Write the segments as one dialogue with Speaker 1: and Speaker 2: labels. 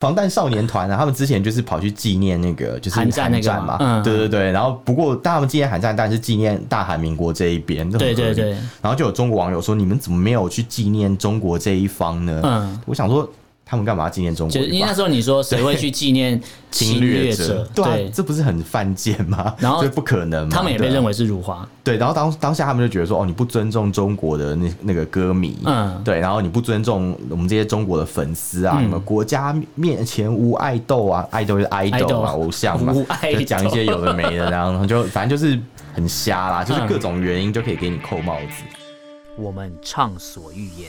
Speaker 1: 防弹少年团啊，他们之前就是跑去纪念那个就是
Speaker 2: 韩战那个
Speaker 1: 嘛
Speaker 2: 嘛，嗯
Speaker 1: 对对对。然后不过，但他们纪念韩战，但是纪念大韩民国这一边，这很
Speaker 2: 对
Speaker 1: 合
Speaker 2: 对
Speaker 1: 理
Speaker 2: 对。
Speaker 1: 然后就有中国网友说：“你们怎么没有去纪念中国这一方呢？”
Speaker 2: 嗯，
Speaker 1: 我想说，他们干嘛纪念中国
Speaker 2: 就是
Speaker 1: 一
Speaker 2: 因为
Speaker 1: 方
Speaker 2: 那？时候你说谁会去纪 念侵略
Speaker 1: 者，对啊
Speaker 2: 对，，
Speaker 1: 这不是很犯贱吗？
Speaker 2: 然后
Speaker 1: 这不可能嘛，
Speaker 2: 他们也被
Speaker 1: 对啊
Speaker 2: 认为是辱华，
Speaker 1: 对，然后当当下他们就觉得说，哦，你不尊重中国的那那个歌迷，
Speaker 2: 嗯
Speaker 1: 对，然后你不尊重我们这些中国的粉丝啊，什么国家面前无爱豆啊，爱豆就是爱豆嘛，
Speaker 2: idol
Speaker 1: 偶像嘛
Speaker 2: 无，爱
Speaker 1: 就讲一些有的没的，然后就 反正就是很瞎啦，就是
Speaker 2: 嗯
Speaker 1: 各种原因就可以给你扣帽子。
Speaker 2: 我们畅所欲言；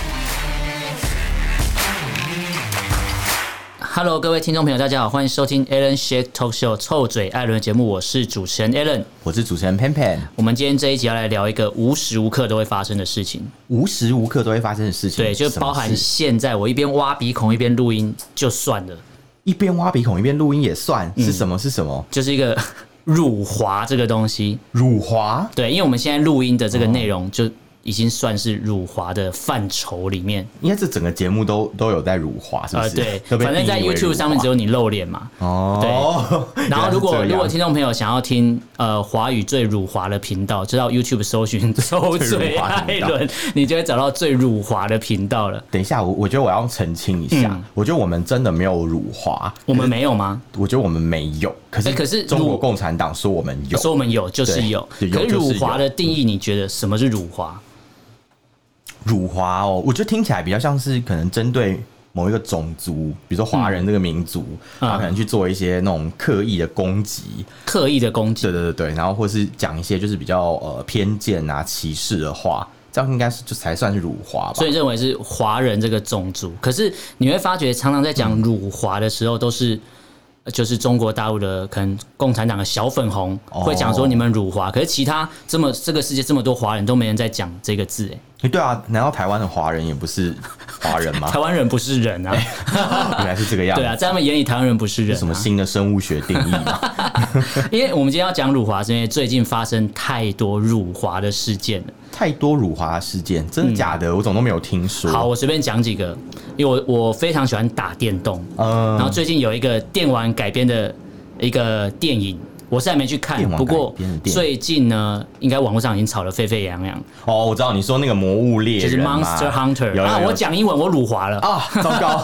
Speaker 2: Hello，各位听众朋友，大家好，欢迎收听 Alan Shake Talk Show 臭嘴艾伦节目，我是主持人 Alan。
Speaker 1: 我是主持人 Pan Pan，
Speaker 2: 我们今天这一集要来聊一个无时无刻都会发生的事情，
Speaker 1: 无时无刻都会发生的事情，
Speaker 2: 对，就
Speaker 1: 嗯什么
Speaker 2: 包含
Speaker 1: 事
Speaker 2: 现在我一边挖鼻孔一边录音就算了，
Speaker 1: 一边挖鼻孔一边录音也算
Speaker 2: 嗯
Speaker 1: 是什么是什么
Speaker 2: 就是一个 辱华这个东西，
Speaker 1: 辱华。
Speaker 2: 对，因为我们现在录音的这个内
Speaker 1: 哦
Speaker 2: 容就已经算是辱华的范畴里面，
Speaker 1: 应该这整个节目都都有在辱华，是不
Speaker 2: 呃，
Speaker 1: 是？
Speaker 2: 对，
Speaker 1: 都被
Speaker 2: 反正在
Speaker 1: 定义为
Speaker 2: YouTube
Speaker 1: 辱
Speaker 2: 上面
Speaker 1: 华
Speaker 2: 只有你露脸嘛，
Speaker 1: 哦，
Speaker 2: 然后，如果
Speaker 1: 原来是这
Speaker 2: 如
Speaker 1: 样
Speaker 2: 果听众朋友想要听呃华语最辱华的频道，就到 YouTube 搜寻“周
Speaker 1: 最
Speaker 2: 最
Speaker 1: 辱华
Speaker 2: 艾
Speaker 1: 频道
Speaker 2: 伦”，你就会找到最辱华的频道了。
Speaker 1: 等一下，我我觉得我要澄清一下，
Speaker 2: 嗯
Speaker 1: 我觉得我们真的没有辱华，
Speaker 2: 我们没有吗？
Speaker 1: 我觉得我们没有，可是
Speaker 2: 哎可是
Speaker 1: 中国
Speaker 2: 辱
Speaker 1: 共产党说我们有，
Speaker 2: 说我们有就是有，
Speaker 1: 对有
Speaker 2: 可是
Speaker 1: 就是
Speaker 2: 辱
Speaker 1: 有
Speaker 2: 华的定义，你觉得什么是辱华？
Speaker 1: 辱华哦，我觉得听起来比较像是可能针对。某一个种族，比如说华人这个民族，
Speaker 2: 嗯
Speaker 1: 他、可能去做一些那种刻意的攻击，
Speaker 2: 刻意的攻击
Speaker 1: 对，对对对，然后或是讲一些就是比较呃偏见啊、歧视的话，这样应该是就才算是辱华吧。
Speaker 2: 所以认为是华人这个种族。可是你会发觉，常常在
Speaker 1: 嗯
Speaker 2: 讲辱华的时候，都是。呃就是中国大陆的可能共产党的小粉红
Speaker 1: 哦
Speaker 2: 会讲说你们辱华，可是其他这么这个世界这么多华人都没人在讲这个字、哎。
Speaker 1: 诶对啊，难道台湾的华人也不是华人吗
Speaker 2: 台？湾人不是人啊，
Speaker 1: 原来是这个样子。
Speaker 2: 对啊，在他们眼里台湾人不是人、啊。
Speaker 1: 哎什么新的生物学定义吗？
Speaker 2: 因为我们今天要讲辱华，是因为最近发生太多辱华的事件了。
Speaker 1: 太多辱华事件，真的假的？我怎么都没有听说。
Speaker 2: 嗯好，，我随便讲几个，因为我我非常喜欢打电动，
Speaker 1: 嗯、
Speaker 2: 然后最近有一个电玩改编的一个电影。我是还没去看
Speaker 1: 电，玩
Speaker 2: 不过
Speaker 1: 改编的电影
Speaker 2: 最近呢，应该网络上已经吵得沸沸扬扬，
Speaker 1: 哦，我知道你说那个魔物猎
Speaker 2: 就是 Monster Hunter
Speaker 1: 有有
Speaker 2: 啊，
Speaker 1: 有
Speaker 2: 我讲英文我辱华了，
Speaker 1: 啊，糟糕，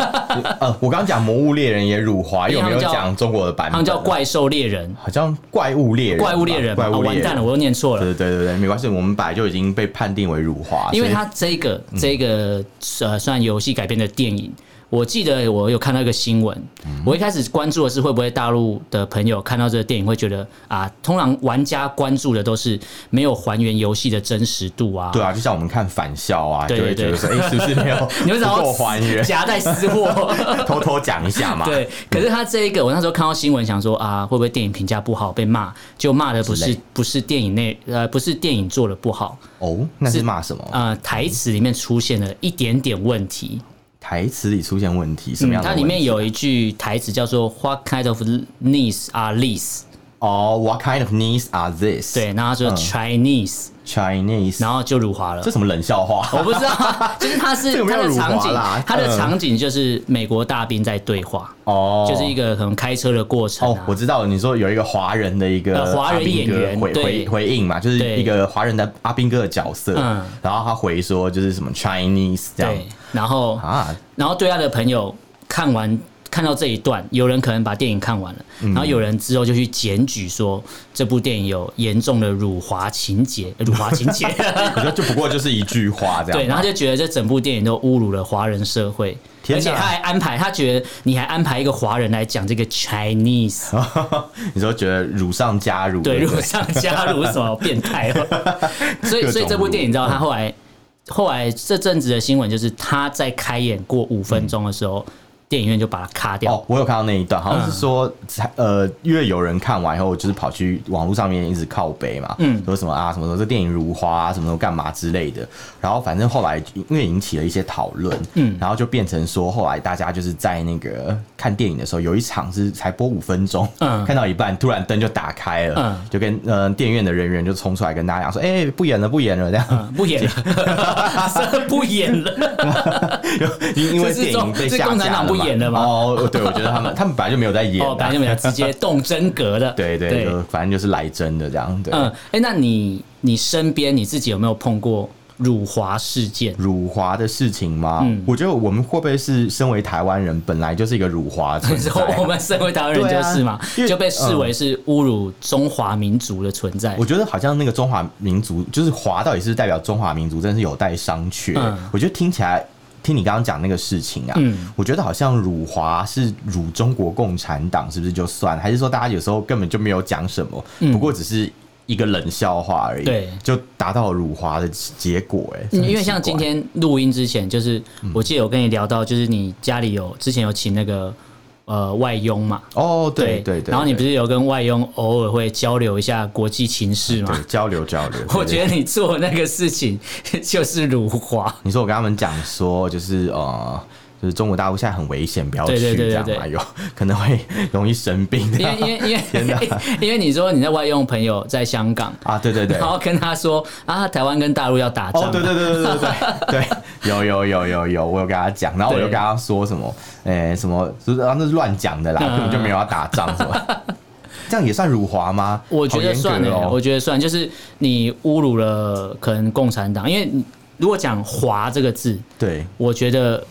Speaker 1: 呃，我刚刚讲魔物猎人也辱华，因为我没有
Speaker 2: 他们叫
Speaker 1: 讲中国的版
Speaker 2: 他
Speaker 1: 本，
Speaker 2: 们叫，怪兽猎人、
Speaker 1: 好像怪物猎人吧，
Speaker 2: 怪物猎人嘛，
Speaker 1: 怪
Speaker 2: 啊
Speaker 1: 物猎
Speaker 2: 完
Speaker 1: 人，
Speaker 2: 蛋了，我又念错了
Speaker 1: 对。对对对对，没关系，我们本来就已经被判定为辱华，
Speaker 2: 因
Speaker 1: 啊所
Speaker 2: 为
Speaker 1: 以嗯
Speaker 2: 它这个这个呃，算游戏改编的电影，我记得我有看到一个新闻，
Speaker 1: 嗯
Speaker 2: 我一开始关注的是会不会大陆的朋友看到这个电影会觉得啊，通常玩家关注的都是没有还原游戏的真实度啊，
Speaker 1: 对啊，就像我们看返校啊，
Speaker 2: 对对
Speaker 1: 就会觉得说，哎， 是不是没有
Speaker 2: 你们
Speaker 1: 不
Speaker 2: 想要
Speaker 1: 够还原？
Speaker 2: 夹带私 货。
Speaker 1: 偷偷讲一下嘛，
Speaker 2: 对，可是他这一个，我那时候看到新闻，想说啊，会不会电影评价不好被骂？就骂的不
Speaker 1: 之
Speaker 2: 是
Speaker 1: 类
Speaker 2: 不是电影内呃，不是电影做的不好，
Speaker 1: 哦，那是骂什么？
Speaker 2: 呃，台词里面出现了一点点问题。
Speaker 1: 台词里出现问题，什么样的
Speaker 2: 嗯它
Speaker 1: 问
Speaker 2: 里
Speaker 1: 题？
Speaker 2: 面有一句台词叫做 “What kind of knees are these？”
Speaker 1: 哦、w h a t kind of knees are these？
Speaker 2: 对，然后他说 “Chinese”，、
Speaker 1: ，Chinese，
Speaker 2: 然后就辱华了
Speaker 1: 嗯这。什么冷笑话？
Speaker 2: 我不知 道，就是它
Speaker 1: 这
Speaker 2: 是
Speaker 1: 个没
Speaker 2: 它
Speaker 1: 有
Speaker 2: 的
Speaker 1: 辱华
Speaker 2: 场景
Speaker 1: 啦，
Speaker 2: 它的
Speaker 1: 嗯
Speaker 2: 场景就是美国大兵在对话，
Speaker 1: 哦，
Speaker 2: 就是一个可能开车的过程、
Speaker 1: 哦
Speaker 2: 啊。，
Speaker 1: 我知道了你说有一个华人的一个
Speaker 2: 呃华人
Speaker 1: 阿兵哥
Speaker 2: 演员
Speaker 1: 回
Speaker 2: 对
Speaker 1: 回回应嘛，就是
Speaker 2: 对
Speaker 1: 一个华人的阿兵哥的角色，
Speaker 2: 嗯
Speaker 1: 然后他回说就是什么 Chinese 这样
Speaker 2: 对，然后
Speaker 1: 啊，
Speaker 2: 然后对他的朋友看完看到这一段，有人可能把电影看完了，
Speaker 1: 嗯
Speaker 2: 然后有人之后就去检举说这部电影有严重的辱华情节，呃辱华情 节。
Speaker 1: 我觉得就不过就是一句话这样，
Speaker 2: 对，然后他就觉得这整部电影都侮辱了华人社会，
Speaker 1: 天
Speaker 2: 而
Speaker 1: 哪
Speaker 2: 且他还安排，他觉得你还安排一个华人来讲这个 Chinese，
Speaker 1: 你说觉得辱上加辱，
Speaker 2: 对，
Speaker 1: 哦对
Speaker 2: 如
Speaker 1: 不
Speaker 2: 果
Speaker 1: 对，
Speaker 2: 上加入什么变 态哦，所以
Speaker 1: 各种
Speaker 2: 所以这部
Speaker 1: 辱
Speaker 2: 电影，你知道他后来后来这阵子的新闻就是他在开演过五分钟的时候。电影院就把它卡
Speaker 1: 嗯
Speaker 2: 掉。
Speaker 1: 哦，我有看到那一段，好
Speaker 2: 嗯
Speaker 1: 像是说，呃，因为有人看完以后，就是跑去网络上面一直靠背嘛，
Speaker 2: 嗯
Speaker 1: 说什么啊，什么什么这电影如花啊，什么什么干嘛之类的。然后反正后来因为引起了一些讨论，嗯，然后就变成说，后来大家就是在那个看电影的时候，有一场是才播五分钟，
Speaker 2: 嗯
Speaker 1: 看到一半突然灯就打开了，
Speaker 2: 嗯
Speaker 1: 就跟呃电影院的人员就冲出来跟大家讲说，哎、不演了，不演了，这样，
Speaker 2: 嗯 不演了，真的不演了。
Speaker 1: 因因为
Speaker 2: 这是
Speaker 1: 电影
Speaker 2: 中
Speaker 1: 被
Speaker 2: 这
Speaker 1: 下架
Speaker 2: 共产党不演了吗
Speaker 1: 哦，对，我觉得他们他们本来就没有在演、啊，
Speaker 2: 哦，本来就没有直接动真格的。
Speaker 1: 对对，就反正就是来真的这样。对，
Speaker 2: 嗯，哎，那你你身边你自己有没有碰过辱华事件？
Speaker 1: 辱华的事情吗？
Speaker 2: 嗯
Speaker 1: 我觉得我们会不会是身为台湾人，本来就是一个辱华的存
Speaker 2: 之后我
Speaker 1: 在？
Speaker 2: 们身为台湾人就是嘛，
Speaker 1: 对啊因为
Speaker 2: 就被视为是侮辱中华民族的存在
Speaker 1: 我。觉得好像那个中华民族，就是华到底是代表中华民族，真是有待商榷。
Speaker 2: 嗯
Speaker 1: 我觉得听起来，听你刚刚讲那个事情啊，
Speaker 2: 嗯
Speaker 1: 我觉得好像辱华是辱中国共产党，是不是就算？还是说大家有时候根本就没有讲什么，
Speaker 2: 嗯
Speaker 1: 不过只是一个冷笑话而已，
Speaker 2: 对
Speaker 1: 就达到辱华的结果、欸。哎、
Speaker 2: 嗯因为像今天录音之前，就是我记得有跟你聊到，就是你家里有之前有请那个呃外佣嘛，
Speaker 1: 哦，对对对，
Speaker 2: 然后你不
Speaker 1: 是
Speaker 2: 是有跟外佣偶尔会交流一下国际情势 嘛？
Speaker 1: 交流交流，
Speaker 2: 我
Speaker 1: 啊对
Speaker 2: 觉得你做那个事情 就是辱华。
Speaker 1: 你说我跟他们讲说，就是呃，就是中国大陆现在很危险，不要去
Speaker 2: 对对对
Speaker 1: 这样
Speaker 2: 对
Speaker 1: 嘛，
Speaker 2: 对
Speaker 1: 有可能会容易生病
Speaker 2: 因为因
Speaker 1: 的
Speaker 2: 为因为 因为你说你在外佣朋友在香港，
Speaker 1: 啊，对对对
Speaker 2: 然。后跟他说啊，台湾跟大陆要打仗
Speaker 1: 哦
Speaker 2: 嘛，，
Speaker 1: 对对对对 对对对，有有有有有，我有跟他讲，然后我
Speaker 2: 对
Speaker 1: 又跟他说什么，诶、什么，就是啊，那是乱讲的啦，
Speaker 2: 嗯
Speaker 1: 根本就没有要打仗，什么， 这样也算辱华吗？
Speaker 2: 我觉
Speaker 1: 好
Speaker 2: 得
Speaker 1: 严格
Speaker 2: 算了、欸
Speaker 1: 哦
Speaker 2: 我觉得算，就是你侮辱了可能共产党，因为你如果讲“华”这个字，
Speaker 1: 对
Speaker 2: 我觉得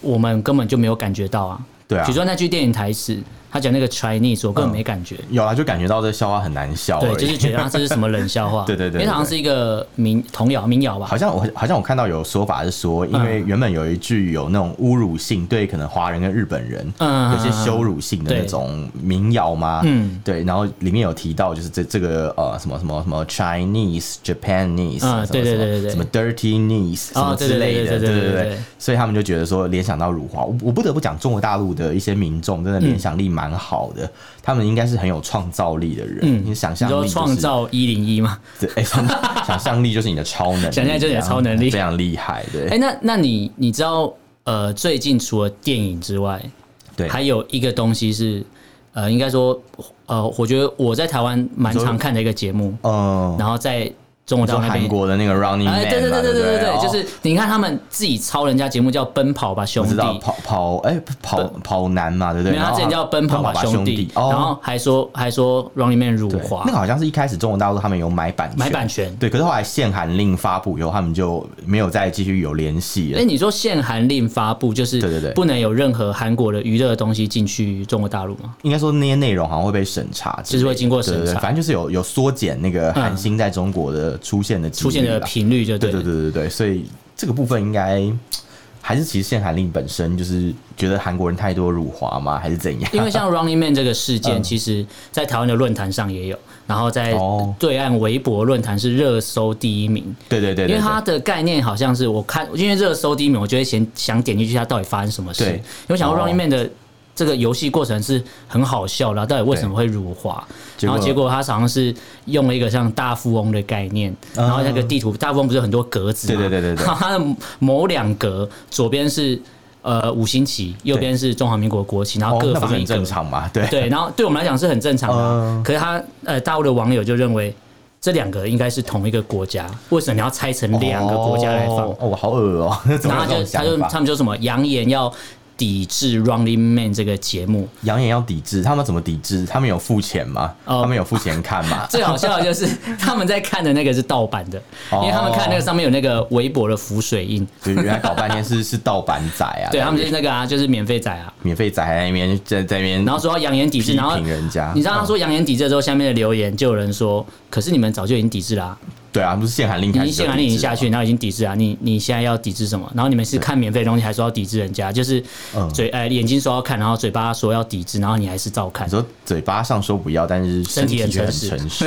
Speaker 2: 我们根本就没有感觉到啊。
Speaker 1: 对啊
Speaker 2: 比如，说那句电影台词，他讲那个 Chinese，我根本没感觉。
Speaker 1: 有啊，就感觉到这笑话很难笑而已，
Speaker 2: 对，就是觉得啊，这是什么冷笑话？
Speaker 1: 嗯 对对对对
Speaker 2: 因为好像是一个民童谣民谣吧嗯
Speaker 1: 好。像我好像我看到有说法是说，因为原本有一句有那种侮辱性，对可能华人跟日本人、
Speaker 2: 嗯
Speaker 1: 有些羞辱性的那种民谣嘛，
Speaker 2: 嗯
Speaker 1: 对，然后里面有提到就是这这个呃什么什么什么 Chinese、Japanese，、
Speaker 2: 嗯
Speaker 1: 什么
Speaker 2: 对对
Speaker 1: 什么
Speaker 2: 对对对
Speaker 1: 什么 Dirty Knees 什么
Speaker 2: 哦对
Speaker 1: 之
Speaker 2: 对
Speaker 1: 类的，
Speaker 2: 对对对对
Speaker 1: 对
Speaker 2: 对对
Speaker 1: 所以他们就觉得说联想到辱华，我我不得不讲中国大陆的一些民众
Speaker 2: 嗯
Speaker 1: 真的联想力蛮好的，他们应该是很有创造力的人，
Speaker 2: 嗯
Speaker 1: 你想
Speaker 2: 你
Speaker 1: 象力、就
Speaker 2: 说
Speaker 1: 是、
Speaker 2: 创造一零一嘛？
Speaker 1: 对，哎、想 想象力就是你的超能力，
Speaker 2: 想象力就是你的超能力
Speaker 1: 非常厉害，对，
Speaker 2: 哎、那那你你知道呃，最近除了电影之外，
Speaker 1: 对，
Speaker 2: 还有一个东西是呃，应该说呃，我觉得我在台湾蛮
Speaker 1: 你说
Speaker 2: 常看的一个节目，
Speaker 1: 嗯，
Speaker 2: 然后在中国大
Speaker 1: 说
Speaker 2: 陆那
Speaker 1: 韩
Speaker 2: 边。哎
Speaker 1: 国的那个 Running Man，、
Speaker 2: 对对
Speaker 1: 嘛
Speaker 2: 对
Speaker 1: 对
Speaker 2: 对对对，
Speaker 1: 不
Speaker 2: 就
Speaker 1: 哦
Speaker 2: 是你看他们自己抄人家节目叫《奔跑吧兄
Speaker 1: 我
Speaker 2: 弟
Speaker 1: 知道》，跑跑哎、跑跑男嘛，对不对？
Speaker 2: 没有他之前叫《奔跑吧
Speaker 1: 吧
Speaker 2: 兄
Speaker 1: 弟
Speaker 2: 弟》，，然
Speaker 1: 哦
Speaker 2: 后还说还说 Running Man 辱
Speaker 1: 对，
Speaker 2: 华
Speaker 1: 那个，好像是一开始中国大陆他们有买版权，
Speaker 2: 买版权。
Speaker 1: 对，可是后来限韩令发布以后，他们就没有再继续有联系了
Speaker 2: 哎，。你说限韩令发布就是
Speaker 1: 对对对
Speaker 2: 不能有任何韩国的娱乐东西进去中国大陆吗？
Speaker 1: 应该说那些内容好像会被审查之类的，
Speaker 2: 就是会经过审查嗯
Speaker 1: 对对对反正就是有有缩减那个韩星在中国的出现的几率
Speaker 2: 出现的
Speaker 1: 啦
Speaker 2: 频率就
Speaker 1: 对
Speaker 2: 了
Speaker 1: 对对对对，所以这个部分应该还是其实限韩令本身就是觉得韩国人太多辱华吗？还是怎样？
Speaker 2: 因为像 Running Man 这个事
Speaker 1: 嗯
Speaker 2: 件，其实在台湾的论坛上也有，然后在
Speaker 1: 哦
Speaker 2: 对岸微博论坛是热搜第一名。
Speaker 1: 对对对
Speaker 2: 因
Speaker 1: 对对
Speaker 2: 为它的概念好像是我看，因为热搜第一名，我就会先想点进去它到底发生什么事。
Speaker 1: 对
Speaker 2: 因为想
Speaker 1: 哦
Speaker 2: 到 Running Man 的这个游戏过程是很好笑的啊，到底为什么会辱华？
Speaker 1: 结
Speaker 2: 然
Speaker 1: 果
Speaker 2: 后结果它好像是用了一个像大富翁的概念，然后那个地图大富翁不是有很多格子嘛？
Speaker 1: 对对对对对
Speaker 2: 然后它的某两格左边是呃五星旗，右边是中华民国国旗，然后
Speaker 1: 哦，
Speaker 2: 各
Speaker 1: 那不是
Speaker 2: 放一
Speaker 1: 很
Speaker 2: 格。
Speaker 1: 正常嘛？对
Speaker 2: 对，然后对我们来讲是很正常的啊、
Speaker 1: 嗯
Speaker 2: 可是他呃，大陆的网友就认为这两个应该是同一个国家，为什么你要拆成两个国家来放？
Speaker 1: 哦，哦好恶哦， 怎么
Speaker 2: 然
Speaker 1: 有
Speaker 2: 后
Speaker 1: 这种
Speaker 2: 他就他就
Speaker 1: 想
Speaker 2: 他
Speaker 1: 法？
Speaker 2: 们就什么扬言要抵制《Running Man》这个节目。
Speaker 1: 扬言要抵制，他们怎么抵制？他们有付钱吗？
Speaker 2: 哦
Speaker 1: 他们有付钱看 吗？
Speaker 2: 最好笑的就是他们在看的那个是盗版的，
Speaker 1: 哦
Speaker 2: 因为他们看那个上面有那个微博的浮水印，
Speaker 1: 所以原来搞半天是是盗版仔啊，
Speaker 2: 对他们就是那个啊，就是免费仔啊。
Speaker 1: 免费仔还在那边在在那边，
Speaker 2: 然后说要扬言抵制，
Speaker 1: 批评
Speaker 2: 然后
Speaker 1: 人啊嗯家哦
Speaker 2: 你知道他说扬言抵制之后，下面的留言就有人说：“可是你们早就已经抵制啦、
Speaker 1: 对啊，不是限韩令
Speaker 2: 已
Speaker 1: 开始就抵制哦
Speaker 2: 经限
Speaker 1: 了吗，
Speaker 2: 完令已经下去，然后已经抵制啊！你你现在要抵制什么？然后你们是看免费的东西，还说要抵制人家，就是
Speaker 1: 嗯
Speaker 2: 嘴呃眼睛说要看，然后嘴巴说要抵制，然后你还是照看
Speaker 1: 你。说嘴巴上说不要，但是
Speaker 2: 身体
Speaker 1: 体
Speaker 2: 很
Speaker 1: 却很
Speaker 2: 诚实
Speaker 1: 诚实，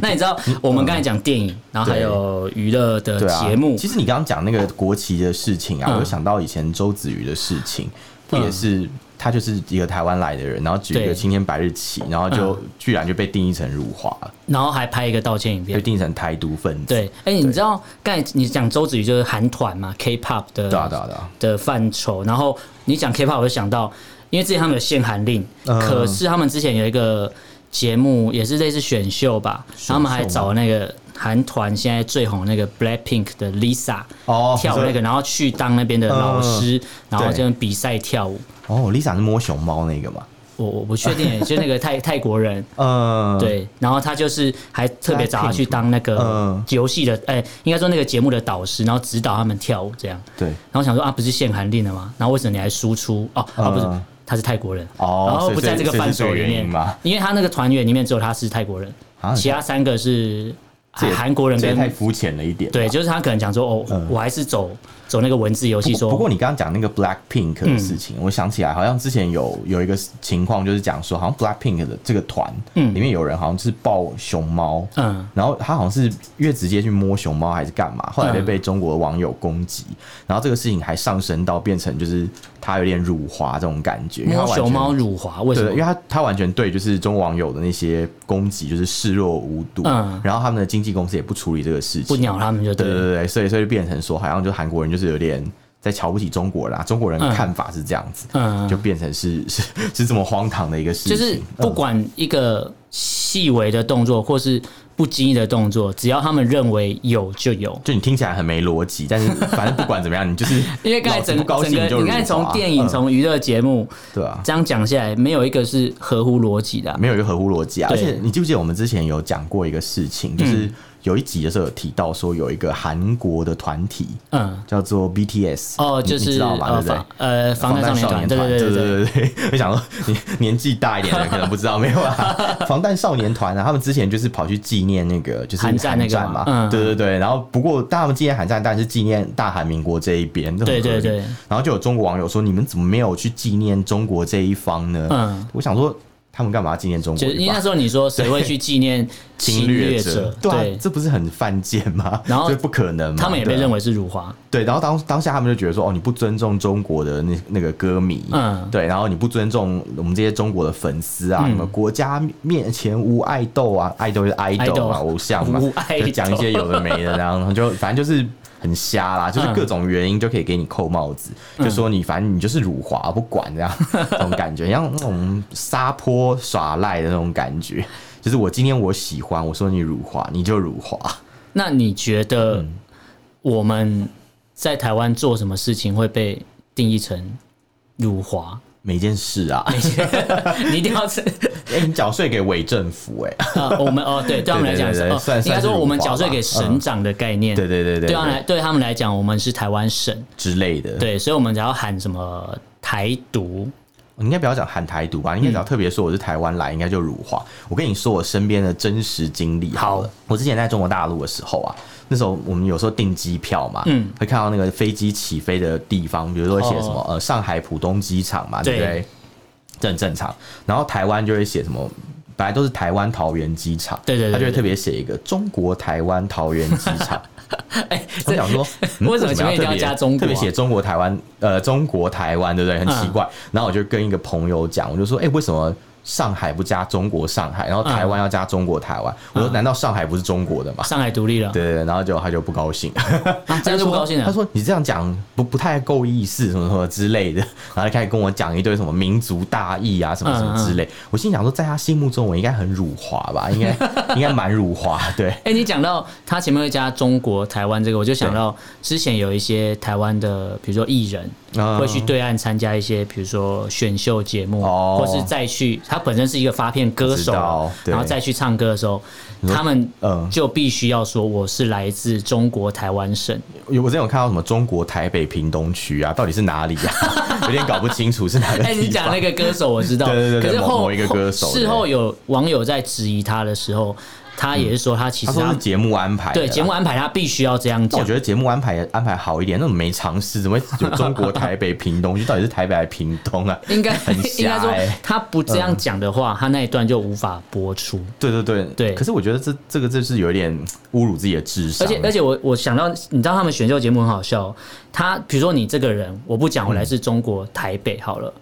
Speaker 2: 那你知道我们刚才讲电影，然后还有娱乐的
Speaker 1: 嗯对啊，
Speaker 2: 节目，
Speaker 1: 其实你刚刚讲那个国旗的事情啊，
Speaker 2: 嗯
Speaker 1: 我就想到以前周子瑜的事情。不也是、他就是一个台湾来的人，然后举一个
Speaker 2: 对
Speaker 1: 青天白日旗，然后就、居然就被定义成辱华，
Speaker 2: 然后还拍一个道歉影
Speaker 1: 被
Speaker 2: 片。
Speaker 1: 定义成台独分子。
Speaker 2: 对，哎、你知道刚才你讲周子瑜就是韩团嘛，K-pop 的
Speaker 1: 对啊对啊对啊，
Speaker 2: 的范畴。然后你讲 K-pop，我就想到，因为之前他们有限韩令，
Speaker 1: 嗯
Speaker 2: 可是他们之前有一个节目，也是类似选秀吧，
Speaker 1: 秀
Speaker 2: 他们还找那个韩团现在最红那个 Blackpink 的 Lisa
Speaker 1: 哦嗯
Speaker 2: 跳那
Speaker 1: 你
Speaker 2: 个，
Speaker 1: 说
Speaker 2: 然后去当那边的老师，然后
Speaker 1: 对
Speaker 2: 这样比赛跳舞。
Speaker 1: 哦，Lisa 是摸熊猫那个嘛？
Speaker 2: 我我不确定，就那个泰泰国人，
Speaker 1: 嗯，，
Speaker 2: 对，然后他就是还特别找他去当那个
Speaker 1: 嗯
Speaker 2: 游戏的，哎、应该说那个节目的导师，然后指导他们跳舞这样。
Speaker 1: 对，
Speaker 2: 然后想说啊，不是限韩令的吗？然后为什么你还输出？哦，
Speaker 1: 嗯
Speaker 2: 啊，不是，他是泰国人，
Speaker 1: 哦
Speaker 2: 然后
Speaker 1: 所以
Speaker 2: 不在这个
Speaker 1: 所以
Speaker 2: 范畴
Speaker 1: 所以是这个
Speaker 2: 里
Speaker 1: 原
Speaker 2: 面
Speaker 1: 因吗，
Speaker 2: 因为他那个团员里面只有他是泰国人，
Speaker 1: 啊
Speaker 2: 其他三个是
Speaker 1: 这也
Speaker 2: 韩国人
Speaker 1: 这也太
Speaker 2: 跟
Speaker 1: 肤浅了一点。
Speaker 2: 对，就是他可能讲说哦，我还是走走那个文字游戏，
Speaker 1: 不
Speaker 2: 说嗯
Speaker 1: 不过你刚刚讲那个 Black Pink 的事情，我想起来好像之前有有一个情况，就是讲说好像 Black Pink 的这个团，嗯，里面有人好像是抱熊猫，
Speaker 2: 嗯
Speaker 1: 嗯，然后他好像是越直接去摸熊猫还是干
Speaker 2: 嗯
Speaker 1: 嘛，后来就被中国网友攻击，然后这个事情还上升到变成就是他有点辱华这种感觉，因为他
Speaker 2: 摸
Speaker 1: 完全
Speaker 2: 熊猫辱华，为什
Speaker 1: 对，因为
Speaker 2: 么？
Speaker 1: 他他完全对就是中国网友的那些攻击就是视若无睹，
Speaker 2: 嗯
Speaker 1: 然后他们的经纪公司也不处理这个事情，
Speaker 2: 不鸟他们就对
Speaker 1: 对对
Speaker 2: 了。
Speaker 1: 对对，所以所以就变成说，好像就韩国人就是有点在瞧不起中国人啊，中国人
Speaker 2: 嗯
Speaker 1: 看法是这样子，
Speaker 2: 嗯
Speaker 1: 就变成是 是是这么荒唐的一个事情，嗯
Speaker 2: 就是不管一个细微的动作，或是不经意的动作，只要他们认为有就有。
Speaker 1: 就你听起来很没逻辑，但是反正不管怎么样，你 就是
Speaker 2: 因为刚才整
Speaker 1: 老子不高
Speaker 2: 整
Speaker 1: 兴
Speaker 2: 个，
Speaker 1: 就辱
Speaker 2: 你
Speaker 1: 华
Speaker 2: 刚才从电影、
Speaker 1: 嗯
Speaker 2: 从娱乐节目
Speaker 1: 对啊。
Speaker 2: 这样讲下来，没有一个是合乎逻辑的啊、
Speaker 1: 没有一个合乎逻辑啊！而
Speaker 2: 对嗯
Speaker 1: 且你记不记得我们之前有讲过一个事情，就是有一集的时候有提到说有一个韩国的团体
Speaker 2: 嗯，
Speaker 1: 叫做 BTS，
Speaker 2: 哦，
Speaker 1: 你
Speaker 2: 就
Speaker 1: 你
Speaker 2: 是
Speaker 1: 知道吧？对
Speaker 2: 呃
Speaker 1: 不对
Speaker 2: 防？呃防弹少年团，
Speaker 1: 对
Speaker 2: 对对对对对，
Speaker 1: 对对 对，我想说你年纪大一点 的可能不知道，没有啊，防弹少年团啊，他们之前就是跑去纪念那个就是
Speaker 2: 韩战那个嘛
Speaker 1: 嘛，
Speaker 2: 嗯
Speaker 1: 对对对，然后不过但他们纪念韩战，但是纪念大韩民国这一边，这很合理
Speaker 2: 对对对
Speaker 1: 然后就有中国网友说，你们怎么没有去纪念中国这一方呢？
Speaker 2: 嗯
Speaker 1: 我想说他们干嘛纪念中国
Speaker 2: 就是因
Speaker 1: 一
Speaker 2: 为
Speaker 1: 方？
Speaker 2: 那时候你说谁会去纪念侵略
Speaker 1: 者
Speaker 2: 者，？
Speaker 1: 对啊
Speaker 2: 对，，
Speaker 1: 这不是很犯贱吗？
Speaker 2: 然后
Speaker 1: 这不可能嘛，
Speaker 2: 他们也被
Speaker 1: 对啊
Speaker 2: 认为是辱华，
Speaker 1: 对，然后当当下他们就觉得说，哦，你不尊重中国的那那个歌迷，
Speaker 2: 嗯
Speaker 1: 对，然后你不尊重我们这些中国的粉丝啊，什么国家面前无爱豆啊，爱豆就是爱豆
Speaker 2: idol
Speaker 1: 嘛，偶像嘛
Speaker 2: 无，爱豆
Speaker 1: 就讲一些有的没的，然后就反正就是。很瞎啦，就是
Speaker 2: 嗯
Speaker 1: 各种原因就可以给你扣帽子，就说你反正你就是辱华，不管 这样这种感觉，像那种撒泼耍赖的那种感觉。就是我今天我喜欢，我说你辱华，你就辱华。
Speaker 2: 那你觉得
Speaker 1: 嗯
Speaker 2: 我们在台湾做什么事情会被定义成 辱华？
Speaker 1: 每件事啊，
Speaker 2: 你一定要是、
Speaker 1: 哎、你缴税给伪政府、哎，
Speaker 2: 呃、我们哦，对，对他们来讲
Speaker 1: 对
Speaker 2: 是
Speaker 1: 对对对
Speaker 2: 哦
Speaker 1: 算
Speaker 2: 应该说我们
Speaker 1: 算是辱华吧嗯
Speaker 2: 缴税给省长的概念，
Speaker 1: 对对对对
Speaker 2: 对他们来对他们来讲，我们是台湾省，
Speaker 1: 之类的。，
Speaker 2: 对，所以我们只要喊什么台独，
Speaker 1: 你应该不要讲喊台独吧，你应
Speaker 2: 嗯
Speaker 1: 该只要特别说我是台湾来，应该就辱华。我跟你说我身边的真实经历好了。
Speaker 2: 好
Speaker 1: 我之前在中国大陆的时候啊，那时候我们有时候订机票嘛，
Speaker 2: 嗯
Speaker 1: 会看到那个飞机起飞的地方，比如说会写什么、呃上海浦东机场嘛，对不
Speaker 2: 哦对
Speaker 1: 对？这很正常。然后台湾就会写什么。本来都是台湾桃园机场，
Speaker 2: 对对对
Speaker 1: 他就会
Speaker 2: 对
Speaker 1: 特别写一个中国台湾桃园机场，
Speaker 2: 哎、
Speaker 1: 我
Speaker 2: 这
Speaker 1: 想说，嗯
Speaker 2: 为什么前面一定要
Speaker 1: 特别
Speaker 2: 加中国啊嗯
Speaker 1: 特别写中国台湾，呃，中国台湾，对不对？很奇怪。然后我就跟一个朋友讲，我就说，哎、为什么？上海不加中国上海，然
Speaker 2: 嗯
Speaker 1: 后台湾要加中国台湾。我说，难道上海不是中国的吗？
Speaker 2: 上海独立了，
Speaker 1: 对对对，然后就他就不高兴，
Speaker 2: 啊，嗯这样就不高兴了。
Speaker 1: 他说你这样讲不不太够意思，什么什么之类
Speaker 2: 嗯
Speaker 1: 的，然后就开始跟我讲一堆什么民族大义啊，什么什么之类。
Speaker 2: 嗯
Speaker 1: 我心想说，在他心目中我应该很辱华吧，应该应该蛮辱华，对。
Speaker 2: 哎、你讲到他前面会加中国台湾这个，我就想到之前有一些台湾的，比如说艺人、
Speaker 1: 嗯
Speaker 2: 会去对岸参加一些，比如说选秀节目，
Speaker 1: 哦
Speaker 2: 或是再去他本身是一个发片歌手
Speaker 1: 我知道，对
Speaker 2: 然后再去唱歌的时候，他们
Speaker 1: 嗯
Speaker 2: 就必须要说我是来自中国台湾省，
Speaker 1: 有我之前有看到什么中国台北屏东区啊，到底是哪里啊？ 有点搞不清楚是哪个地
Speaker 2: 哎、
Speaker 1: 方。
Speaker 2: 你讲那个歌手我知道，
Speaker 1: 对对对对
Speaker 2: 可是
Speaker 1: 某
Speaker 2: 后
Speaker 1: 某一个歌手
Speaker 2: 事后有网友在质疑他的时候，他也是说他
Speaker 1: 嗯
Speaker 2: 其
Speaker 1: 他
Speaker 2: 实
Speaker 1: 说
Speaker 2: 他
Speaker 1: 是节目安排的啦，
Speaker 2: 对节目安排他必须要这样
Speaker 1: 那
Speaker 2: 讲
Speaker 1: 我觉。得节目安排安排好一点，那种没尝试，怎么会有中国台北、屏东？就到底是台北还是屏东 啊？
Speaker 2: 应该
Speaker 1: 很
Speaker 2: 应
Speaker 1: 瞎
Speaker 2: 该说
Speaker 1: 欸，
Speaker 2: 他不这样讲的话，他那一段就无法播出。
Speaker 1: 对对对
Speaker 2: 对
Speaker 1: 可是我觉得这这个就是有点嗯侮辱自己的啊智
Speaker 2: 而
Speaker 1: 商。
Speaker 2: 且而且我我想到，你知道他们选秀节目很好笑哦、他比如说你这个人，我不讲我来自中国台北好了，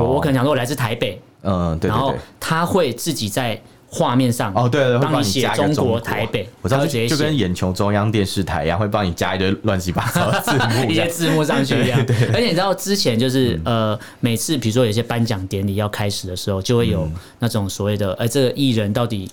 Speaker 1: 嗯哦
Speaker 2: 我可能讲说我来自台北，
Speaker 1: 嗯，对
Speaker 2: 然
Speaker 1: 对
Speaker 2: 后
Speaker 1: 对。
Speaker 2: 他会自己在画面上
Speaker 1: 哦，对对，会
Speaker 2: 帮
Speaker 1: 帮
Speaker 2: 写
Speaker 1: 加一个中
Speaker 2: 国台北，
Speaker 1: 我知道
Speaker 2: 他
Speaker 1: 就
Speaker 2: 会直接
Speaker 1: 就跟
Speaker 2: 写
Speaker 1: 眼球中央电视台一样，会帮你加一堆乱七八糟的字幕 这
Speaker 2: 一些
Speaker 1: 样。嗯
Speaker 2: 字幕上去 一样。而且你知道之前就是呃，每次比如说有些颁奖典礼要开始的时候，就会
Speaker 1: 嗯
Speaker 2: 有那种所谓的，哎，这个艺人到底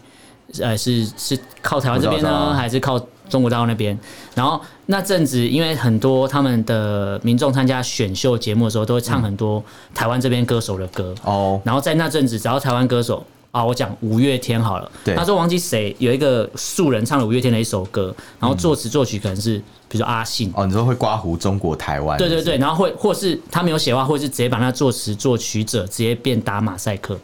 Speaker 2: 呃是是靠台湾这边
Speaker 1: 我知道我知
Speaker 2: 呢，
Speaker 1: 道
Speaker 2: 还是靠中国大陆那边？然后那阵子，因为很多他们的民众参加选秀节目的时候，都会唱很多
Speaker 1: 嗯
Speaker 2: 台湾这边歌手的歌。
Speaker 1: 哦，
Speaker 2: 然后在那阵子，只要台湾歌手啊，我讲五月天好了，
Speaker 1: 对
Speaker 2: 他说忘记谁有一个素人唱了五月天的一首歌，然后作词作曲可能是比如说阿信。
Speaker 1: 哦，你说会刮胡中国台湾？
Speaker 2: 对
Speaker 1: 是
Speaker 2: 对
Speaker 1: 不是
Speaker 2: 对，，然后会或是他没有写话，或是直接把那作词作曲者直接变打马赛 克，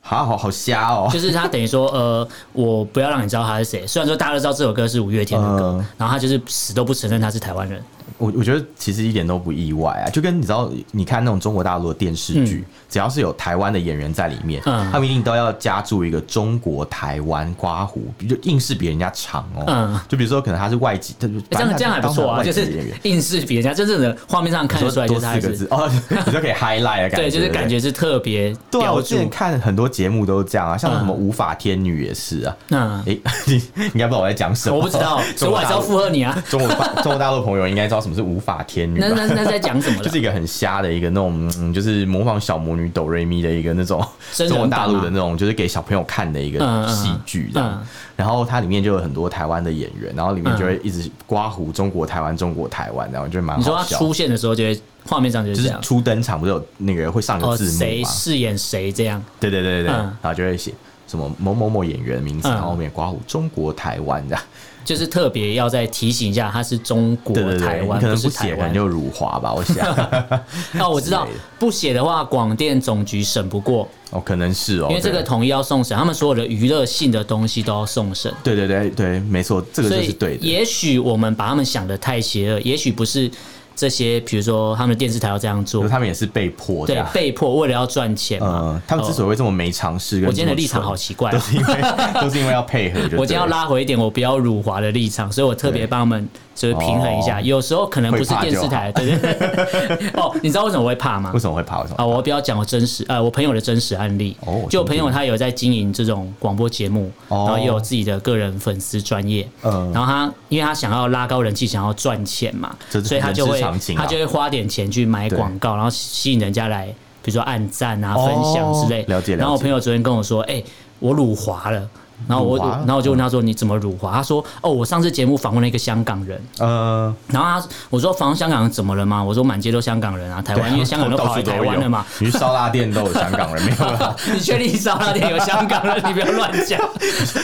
Speaker 1: 好好好瞎哦。
Speaker 2: 就是他等于说呃，我不要让你知道他是谁。虽然说大家都知道这首歌是五月天的歌，
Speaker 1: 嗯
Speaker 2: 然后他就是死都不承认他是台湾人。
Speaker 1: 我我觉得其实一点都不意外啊，就跟你知道，你看那种中国大陆的电视剧，只要是有台湾的演员在里面，
Speaker 2: 嗯
Speaker 1: 他们一定都要加注一个中国台湾刮胡，就硬是比人家长哦。
Speaker 2: 嗯
Speaker 1: 就比如说可能他是外籍，他就
Speaker 2: 诶这样这样还不错啊，
Speaker 1: 当成外
Speaker 2: 就
Speaker 1: 籍
Speaker 2: 是
Speaker 1: 的演员。
Speaker 2: 硬是比人家真正的画面上看得出来，就
Speaker 1: 多
Speaker 2: 是他
Speaker 1: 四个
Speaker 2: 是
Speaker 1: 字哦，你就可以 highlight 的感觉，
Speaker 2: 对，就是
Speaker 1: 不
Speaker 2: 感觉是特别
Speaker 1: 对啊，
Speaker 2: 标
Speaker 1: 我之
Speaker 2: 注
Speaker 1: 前。看很多节目都是这样啊，像什么
Speaker 2: 嗯
Speaker 1: 无法天女也是啊。
Speaker 2: 嗯，
Speaker 1: 诶， 你你应该不知道我在讲什么，
Speaker 2: 我不知道，
Speaker 1: 中
Speaker 2: 所以我
Speaker 1: 国
Speaker 2: 还
Speaker 1: 大
Speaker 2: 是要
Speaker 1: 陆
Speaker 2: 附和你啊。
Speaker 1: 中国大中国大陆的朋友应该知道什么是无法天女吧
Speaker 2: 那？那那在讲什么
Speaker 1: 就
Speaker 2: 了
Speaker 1: 是？一个很瞎的一个那种，嗯、就是模仿小魔女哆瑞咪的一个那种
Speaker 2: 真人
Speaker 1: 中
Speaker 2: 版
Speaker 1: 国大陆
Speaker 2: 吗
Speaker 1: 的那种，就是给小朋友看的一
Speaker 2: 嗯嗯
Speaker 1: 个
Speaker 2: 嗯
Speaker 1: 戏剧这样。
Speaker 2: 嗯
Speaker 1: 然后它里面就有很多台湾的演员，然后里面就会一直刮胡中国台湾、中国台湾，然后就蛮
Speaker 2: 你说
Speaker 1: 好
Speaker 2: 他
Speaker 1: 笑。
Speaker 2: 出现的时候，就会画面上就是
Speaker 1: 就
Speaker 2: 这
Speaker 1: 是
Speaker 2: 样。
Speaker 1: 初登场不是有那个会上
Speaker 2: 哦，
Speaker 1: 个字幕
Speaker 2: 谁
Speaker 1: 嘛？
Speaker 2: 饰演谁这样？
Speaker 1: 对对对对对，
Speaker 2: 嗯
Speaker 1: 然后就会写什么某某某演员的名字，
Speaker 2: 嗯
Speaker 1: 然后后面刮胡中国台湾这样。
Speaker 2: 就是特别要再提醒一下，他是中国
Speaker 1: 对对
Speaker 2: 台
Speaker 1: 对，你
Speaker 2: 湾，
Speaker 1: 可能
Speaker 2: 是台
Speaker 1: 写可
Speaker 2: 湾
Speaker 1: 能。就辱华吧，我想。
Speaker 2: 哦，我知道
Speaker 1: 之类的，
Speaker 2: 不写的话，广电总局审不过，
Speaker 1: 哦，可能是哦，
Speaker 2: 因为这
Speaker 1: 对
Speaker 2: 个统一要送审，他们所有的娱乐性的东西都要送审。
Speaker 1: 对对对对，没错，这个
Speaker 2: 所
Speaker 1: 就
Speaker 2: 以
Speaker 1: 是对的。
Speaker 2: 也许我们把他们想的太邪恶，也许不是这些，比如说他们的电视台要这样
Speaker 1: 就
Speaker 2: 做
Speaker 1: 是，他们也是被迫这
Speaker 2: 对
Speaker 1: 样，。
Speaker 2: 被迫为了要赚钱嘛
Speaker 1: 嗯，。他们之所以会这么没尝试，跟
Speaker 2: 我今天的
Speaker 1: 这么
Speaker 2: 立场
Speaker 1: 蠢
Speaker 2: 好奇怪哦
Speaker 1: 都是因为都是因为要配合。就对了
Speaker 2: 我今天要，拉回一点，我不要辱华的立场，所以我特别
Speaker 1: 对
Speaker 2: 帮他们就是平衡一下。
Speaker 1: 哦
Speaker 2: 有时候可能不是电视台，对对 对。哦，你知道为什么我会怕吗
Speaker 1: 为？什么会跑？为什
Speaker 2: 啊，
Speaker 1: 么？
Speaker 2: 我不要讲我真实，呃，我朋友的真实案例。
Speaker 1: 哦我
Speaker 2: 就我
Speaker 1: 听
Speaker 2: 朋友他有在经营这种广播节目，
Speaker 1: 哦
Speaker 2: 然后也有自己的个人粉丝专业。
Speaker 1: 嗯
Speaker 2: 然后他因为他想要拉高人气，想要赚钱嘛，
Speaker 1: 这是
Speaker 2: 所以他就
Speaker 1: 人
Speaker 2: 会
Speaker 1: 之常情啊
Speaker 2: 他就会花点钱去买
Speaker 1: 对
Speaker 2: 广告，然后吸引人家来，比如说按赞啊、
Speaker 1: 哦
Speaker 2: 分享之类。
Speaker 1: 了解了解
Speaker 2: 然后我朋友昨天跟我说：“哎、我辱华了。”然后我
Speaker 1: 辱华嗯
Speaker 2: 然后我就问他说：“你怎么辱华？”他说：“哦，我上次节目访问了一个香港人，
Speaker 1: 呃，
Speaker 2: 然后他我说访问香港人怎么了吗？我说满街都香港人啊，台湾因为香港人都
Speaker 1: 到
Speaker 2: 跑来
Speaker 1: 处都
Speaker 2: 台湾了嘛
Speaker 1: 有。，你去烧腊店都有香港人，没有 啦，
Speaker 2: 你确定烧腊店有香港人？你不要乱 讲。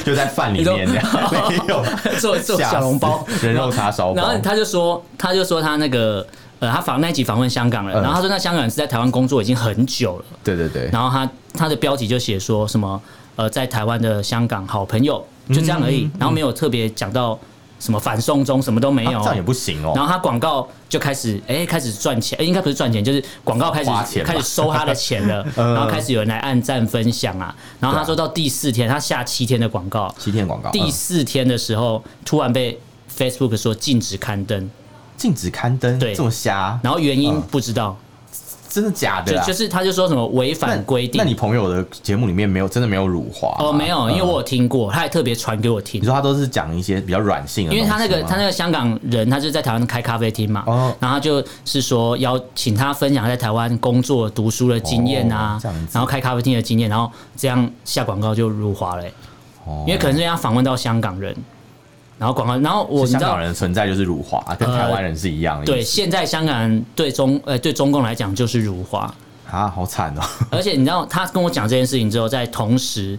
Speaker 1: 就在饭里面这样，没有
Speaker 2: 做做
Speaker 1: 吓死
Speaker 2: 小笼包、
Speaker 1: 人肉叉烧
Speaker 2: 然
Speaker 1: 包
Speaker 2: 后。他就说，他就说他那个呃，他访那一集访问香港
Speaker 1: 嗯
Speaker 2: 人，
Speaker 1: 哎
Speaker 2: 然后他说那香港人是在台湾工作已经很久了，
Speaker 1: 对对对，
Speaker 2: 然后他他的标题就写说什么呃，在台湾的香港好朋友就这样而
Speaker 1: 嗯
Speaker 2: 已，然后没有特别讲到什么反送中，什么都没
Speaker 1: 啊
Speaker 2: 有。
Speaker 1: 这样也不行哦
Speaker 2: 然。后他广告就开始，哎、开始赚钱，哎、应该不是赚钱，就是广告开
Speaker 1: 花
Speaker 2: 始
Speaker 1: 钱吧嗯
Speaker 2: 开始收他的钱 了，然后开始有人来按赞分享啊，然后他说到第四天，他下七天的广告，
Speaker 1: 欺骗广告，
Speaker 2: 第
Speaker 1: 嗯
Speaker 2: 四天的时候突然被 Facebook 说禁止刊登，
Speaker 1: 禁止刊登，
Speaker 2: 对
Speaker 1: 这么瞎，
Speaker 2: 然后原因
Speaker 1: 嗯
Speaker 2: 不知道，
Speaker 1: 真的假的
Speaker 2: 就
Speaker 1: 啦？
Speaker 2: 就是他就说什么违
Speaker 1: 那
Speaker 2: 反规定
Speaker 1: 那。你朋友的节目里面没有真的没有辱华吗？
Speaker 2: 哦，没有，因为
Speaker 1: 啊嗯
Speaker 2: 我有听过，他还特别传给我听
Speaker 1: 你。说他都是讲一些比较软性的
Speaker 2: 因
Speaker 1: 东西
Speaker 2: 为
Speaker 1: 吗，
Speaker 2: 他那个他那个香港人，他就在台湾开咖啡厅嘛，
Speaker 1: 哦
Speaker 2: 然后他就是说邀请他分享在台湾工作、读书的经验啊
Speaker 1: 哦，这样子
Speaker 2: 然后开咖啡厅的经验，然后这样下广告就入华了欸、
Speaker 1: 哦
Speaker 2: 因为可能是因为他访问到香港人，然后广告，然后我你
Speaker 1: 香
Speaker 2: 知道呃
Speaker 1: 港。人的存在哦就是辱华，跟台湾人是一样的
Speaker 2: 对，
Speaker 1: 意思。
Speaker 2: 现在香港人对中呃对中共来 讲就是辱华，
Speaker 1: 啊，好惨哦！
Speaker 2: 而且你知道他跟我讲这件事情之后，在同时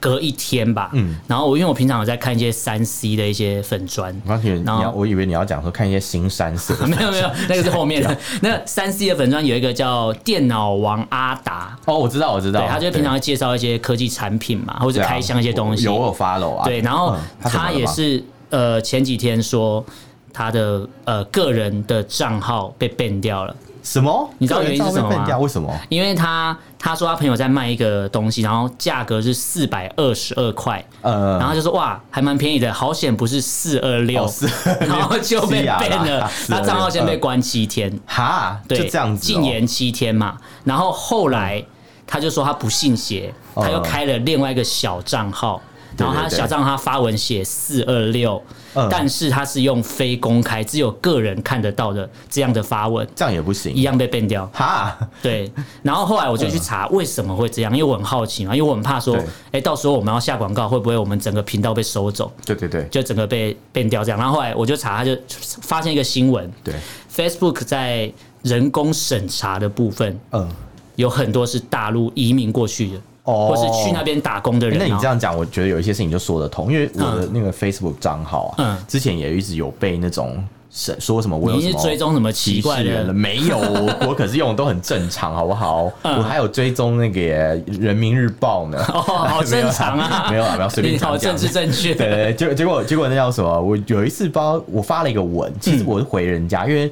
Speaker 2: 隔一天吧，嗯，然后我因为我平常有在看一些三 C 的一些粉砖，
Speaker 1: 我刚以为你
Speaker 2: 然后
Speaker 1: 要，我以为你要讲说看一些新山色，
Speaker 2: 没有没有， 那个是后
Speaker 1: 啊
Speaker 2: 面的。那三 C 的粉砖有一个叫电脑王阿达，
Speaker 1: 哦，我知道，我知道，
Speaker 2: 对，他就平常
Speaker 1: 对
Speaker 2: 会介绍一些科技产品嘛，或者
Speaker 1: 对啊
Speaker 2: 开箱一些东西。
Speaker 1: 有有 follow 啊，
Speaker 2: 对，然后
Speaker 1: 嗯怎么
Speaker 2: 他
Speaker 1: 了
Speaker 2: 也
Speaker 1: 吗
Speaker 2: 是呃前几天说他的呃个人的账号被 ban 掉了。
Speaker 1: 什么？
Speaker 2: 你知道原因是什么吗
Speaker 1: 个人照被 ban 掉为什么？
Speaker 2: 因为他他说他朋友在卖一个东西，然后价格是四百二十二块，
Speaker 1: 呃
Speaker 2: 然后他就说哇还蛮便宜的，好险不是四二六
Speaker 1: 哦426，
Speaker 2: 然后就被
Speaker 1: 是啊呀啦
Speaker 2: ban 了，
Speaker 1: 426
Speaker 2: 他账号先被
Speaker 1: 嗯
Speaker 2: 关七天，
Speaker 1: 哈，
Speaker 2: 对，
Speaker 1: 就这样子、哦
Speaker 2: 禁。言七天嘛。然后后来他就说他不信邪，
Speaker 1: 嗯
Speaker 2: 他又开了另外一个小账号。
Speaker 1: 对
Speaker 2: 然后他
Speaker 1: 对对
Speaker 2: 小账号他发文写四二六
Speaker 1: 嗯，
Speaker 2: 但是他是用非公开、只有个人看得到的这样的发文，
Speaker 1: 这样也不
Speaker 2: 一
Speaker 1: 行。
Speaker 2: 样被 ban 掉。
Speaker 1: 哈，
Speaker 2: 对，然后后来我就去查为什么会这样，因为我很好奇嘛，因为我很怕
Speaker 1: 嗯
Speaker 2: 说
Speaker 1: 对，
Speaker 2: 哎，到时候我们要下广告，会不会我们整个频道被收走，
Speaker 1: 对对对
Speaker 2: 就整个被变掉这样？然后后来我就查，他就发现一个新闻
Speaker 1: 对，
Speaker 2: ，Facebook 在人工审查的部分
Speaker 1: 嗯，
Speaker 2: 有很多是大陆移民过去的，
Speaker 1: 哦
Speaker 2: 或是去那边打工的人。啊
Speaker 1: 那你
Speaker 2: 然后
Speaker 1: 这样讲，我觉得有一些事情就说得通，因为我的
Speaker 2: 嗯
Speaker 1: 那个 Facebook 账号啊，
Speaker 2: 嗯
Speaker 1: 之前也一直有被那种审说什么我有
Speaker 2: 你
Speaker 1: 什
Speaker 2: 是
Speaker 1: 么
Speaker 2: 追踪什么
Speaker 1: 歧
Speaker 2: 奇怪
Speaker 1: 视人了
Speaker 2: 的？
Speaker 1: 没有？我可是用的都很正常，好不好？
Speaker 2: 嗯
Speaker 1: 我还有追踪那个《人民日报》呢，
Speaker 2: 哦， 好正常啊，
Speaker 1: 没有啦没有啦随便
Speaker 2: 你
Speaker 1: 讲
Speaker 2: 好
Speaker 1: 讲
Speaker 2: 政治正确。
Speaker 1: 对对对，结结果结果那叫什么？我有一次包我发了一个文，其
Speaker 2: 嗯
Speaker 1: 实我是回人家，因为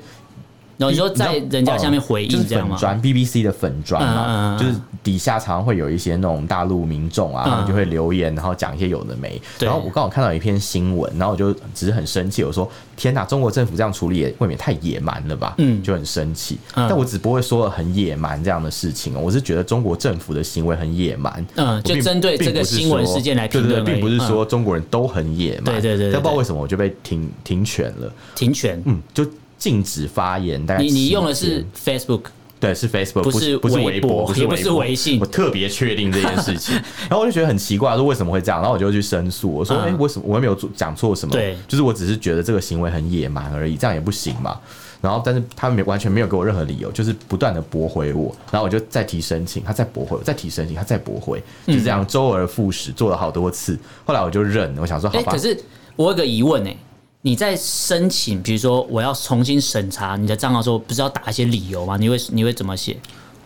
Speaker 2: 然后你说
Speaker 1: 知道哦
Speaker 2: 在人家下面回
Speaker 1: 就是
Speaker 2: 应这样
Speaker 1: 粉
Speaker 2: 吗？
Speaker 1: 砖 BBC 的粉砖嘛
Speaker 2: 嗯嗯嗯，嗯
Speaker 1: 就是底下常常会有一些那种大陆民众啊，
Speaker 2: 嗯
Speaker 1: 他们就会留言，然后讲一些有的没。
Speaker 2: 对
Speaker 1: 然后我刚好看到一篇新闻，然后我就只是很生气，我说：“天哪，中国政府这样处理也未免太野蛮了吧？”
Speaker 2: 嗯
Speaker 1: 就很生气。
Speaker 2: 嗯
Speaker 1: 但我只不会说很野蛮这样的事情哦，我是觉得中国政府的行为很野蛮。
Speaker 2: 嗯，就
Speaker 1: 并
Speaker 2: 针对
Speaker 1: 并
Speaker 2: 这个
Speaker 1: 不是
Speaker 2: 新闻
Speaker 1: 说
Speaker 2: 事件来评
Speaker 1: 对
Speaker 2: 论而已，
Speaker 1: 对对并不是
Speaker 2: 嗯
Speaker 1: 说中国人都很野蛮，
Speaker 2: 对对对对
Speaker 1: 但不知道
Speaker 2: 对
Speaker 1: 为什么我就被停停权了，
Speaker 2: 停权。
Speaker 1: 嗯，就禁止发言。大概
Speaker 2: 你你
Speaker 1: 七
Speaker 2: 用的
Speaker 1: 天
Speaker 2: 是 Facebook，
Speaker 1: 对，是 Facebook，
Speaker 2: 不
Speaker 1: 不
Speaker 2: 是
Speaker 1: 不是
Speaker 2: 微
Speaker 1: 微
Speaker 2: 博
Speaker 1: 博，
Speaker 2: 也不是微信
Speaker 1: 我特别确定这件事 情，然后我就觉得很奇怪，说为什么会这样？然后我就去申诉，我说，
Speaker 2: 嗯
Speaker 1: 哎、为什么我又没有做讲错什么？
Speaker 2: 对
Speaker 1: 就是我只是觉得这个行为很野蛮而已，这样也不行嘛。然后，但是他没完全没有给我任何理由，就是不断的驳回我，然后我就再提申请，他再驳回，我再提申请，他再驳回，就这
Speaker 2: 嗯
Speaker 1: 样周而复始，做了好多次。后来我就认了，我想说，
Speaker 2: 哎、
Speaker 1: 好吧，
Speaker 2: 可是我有个疑问哎、你在申请，比如说我要重新审查你的账号的时候，不是要打一些理由吗？你会你会怎么写？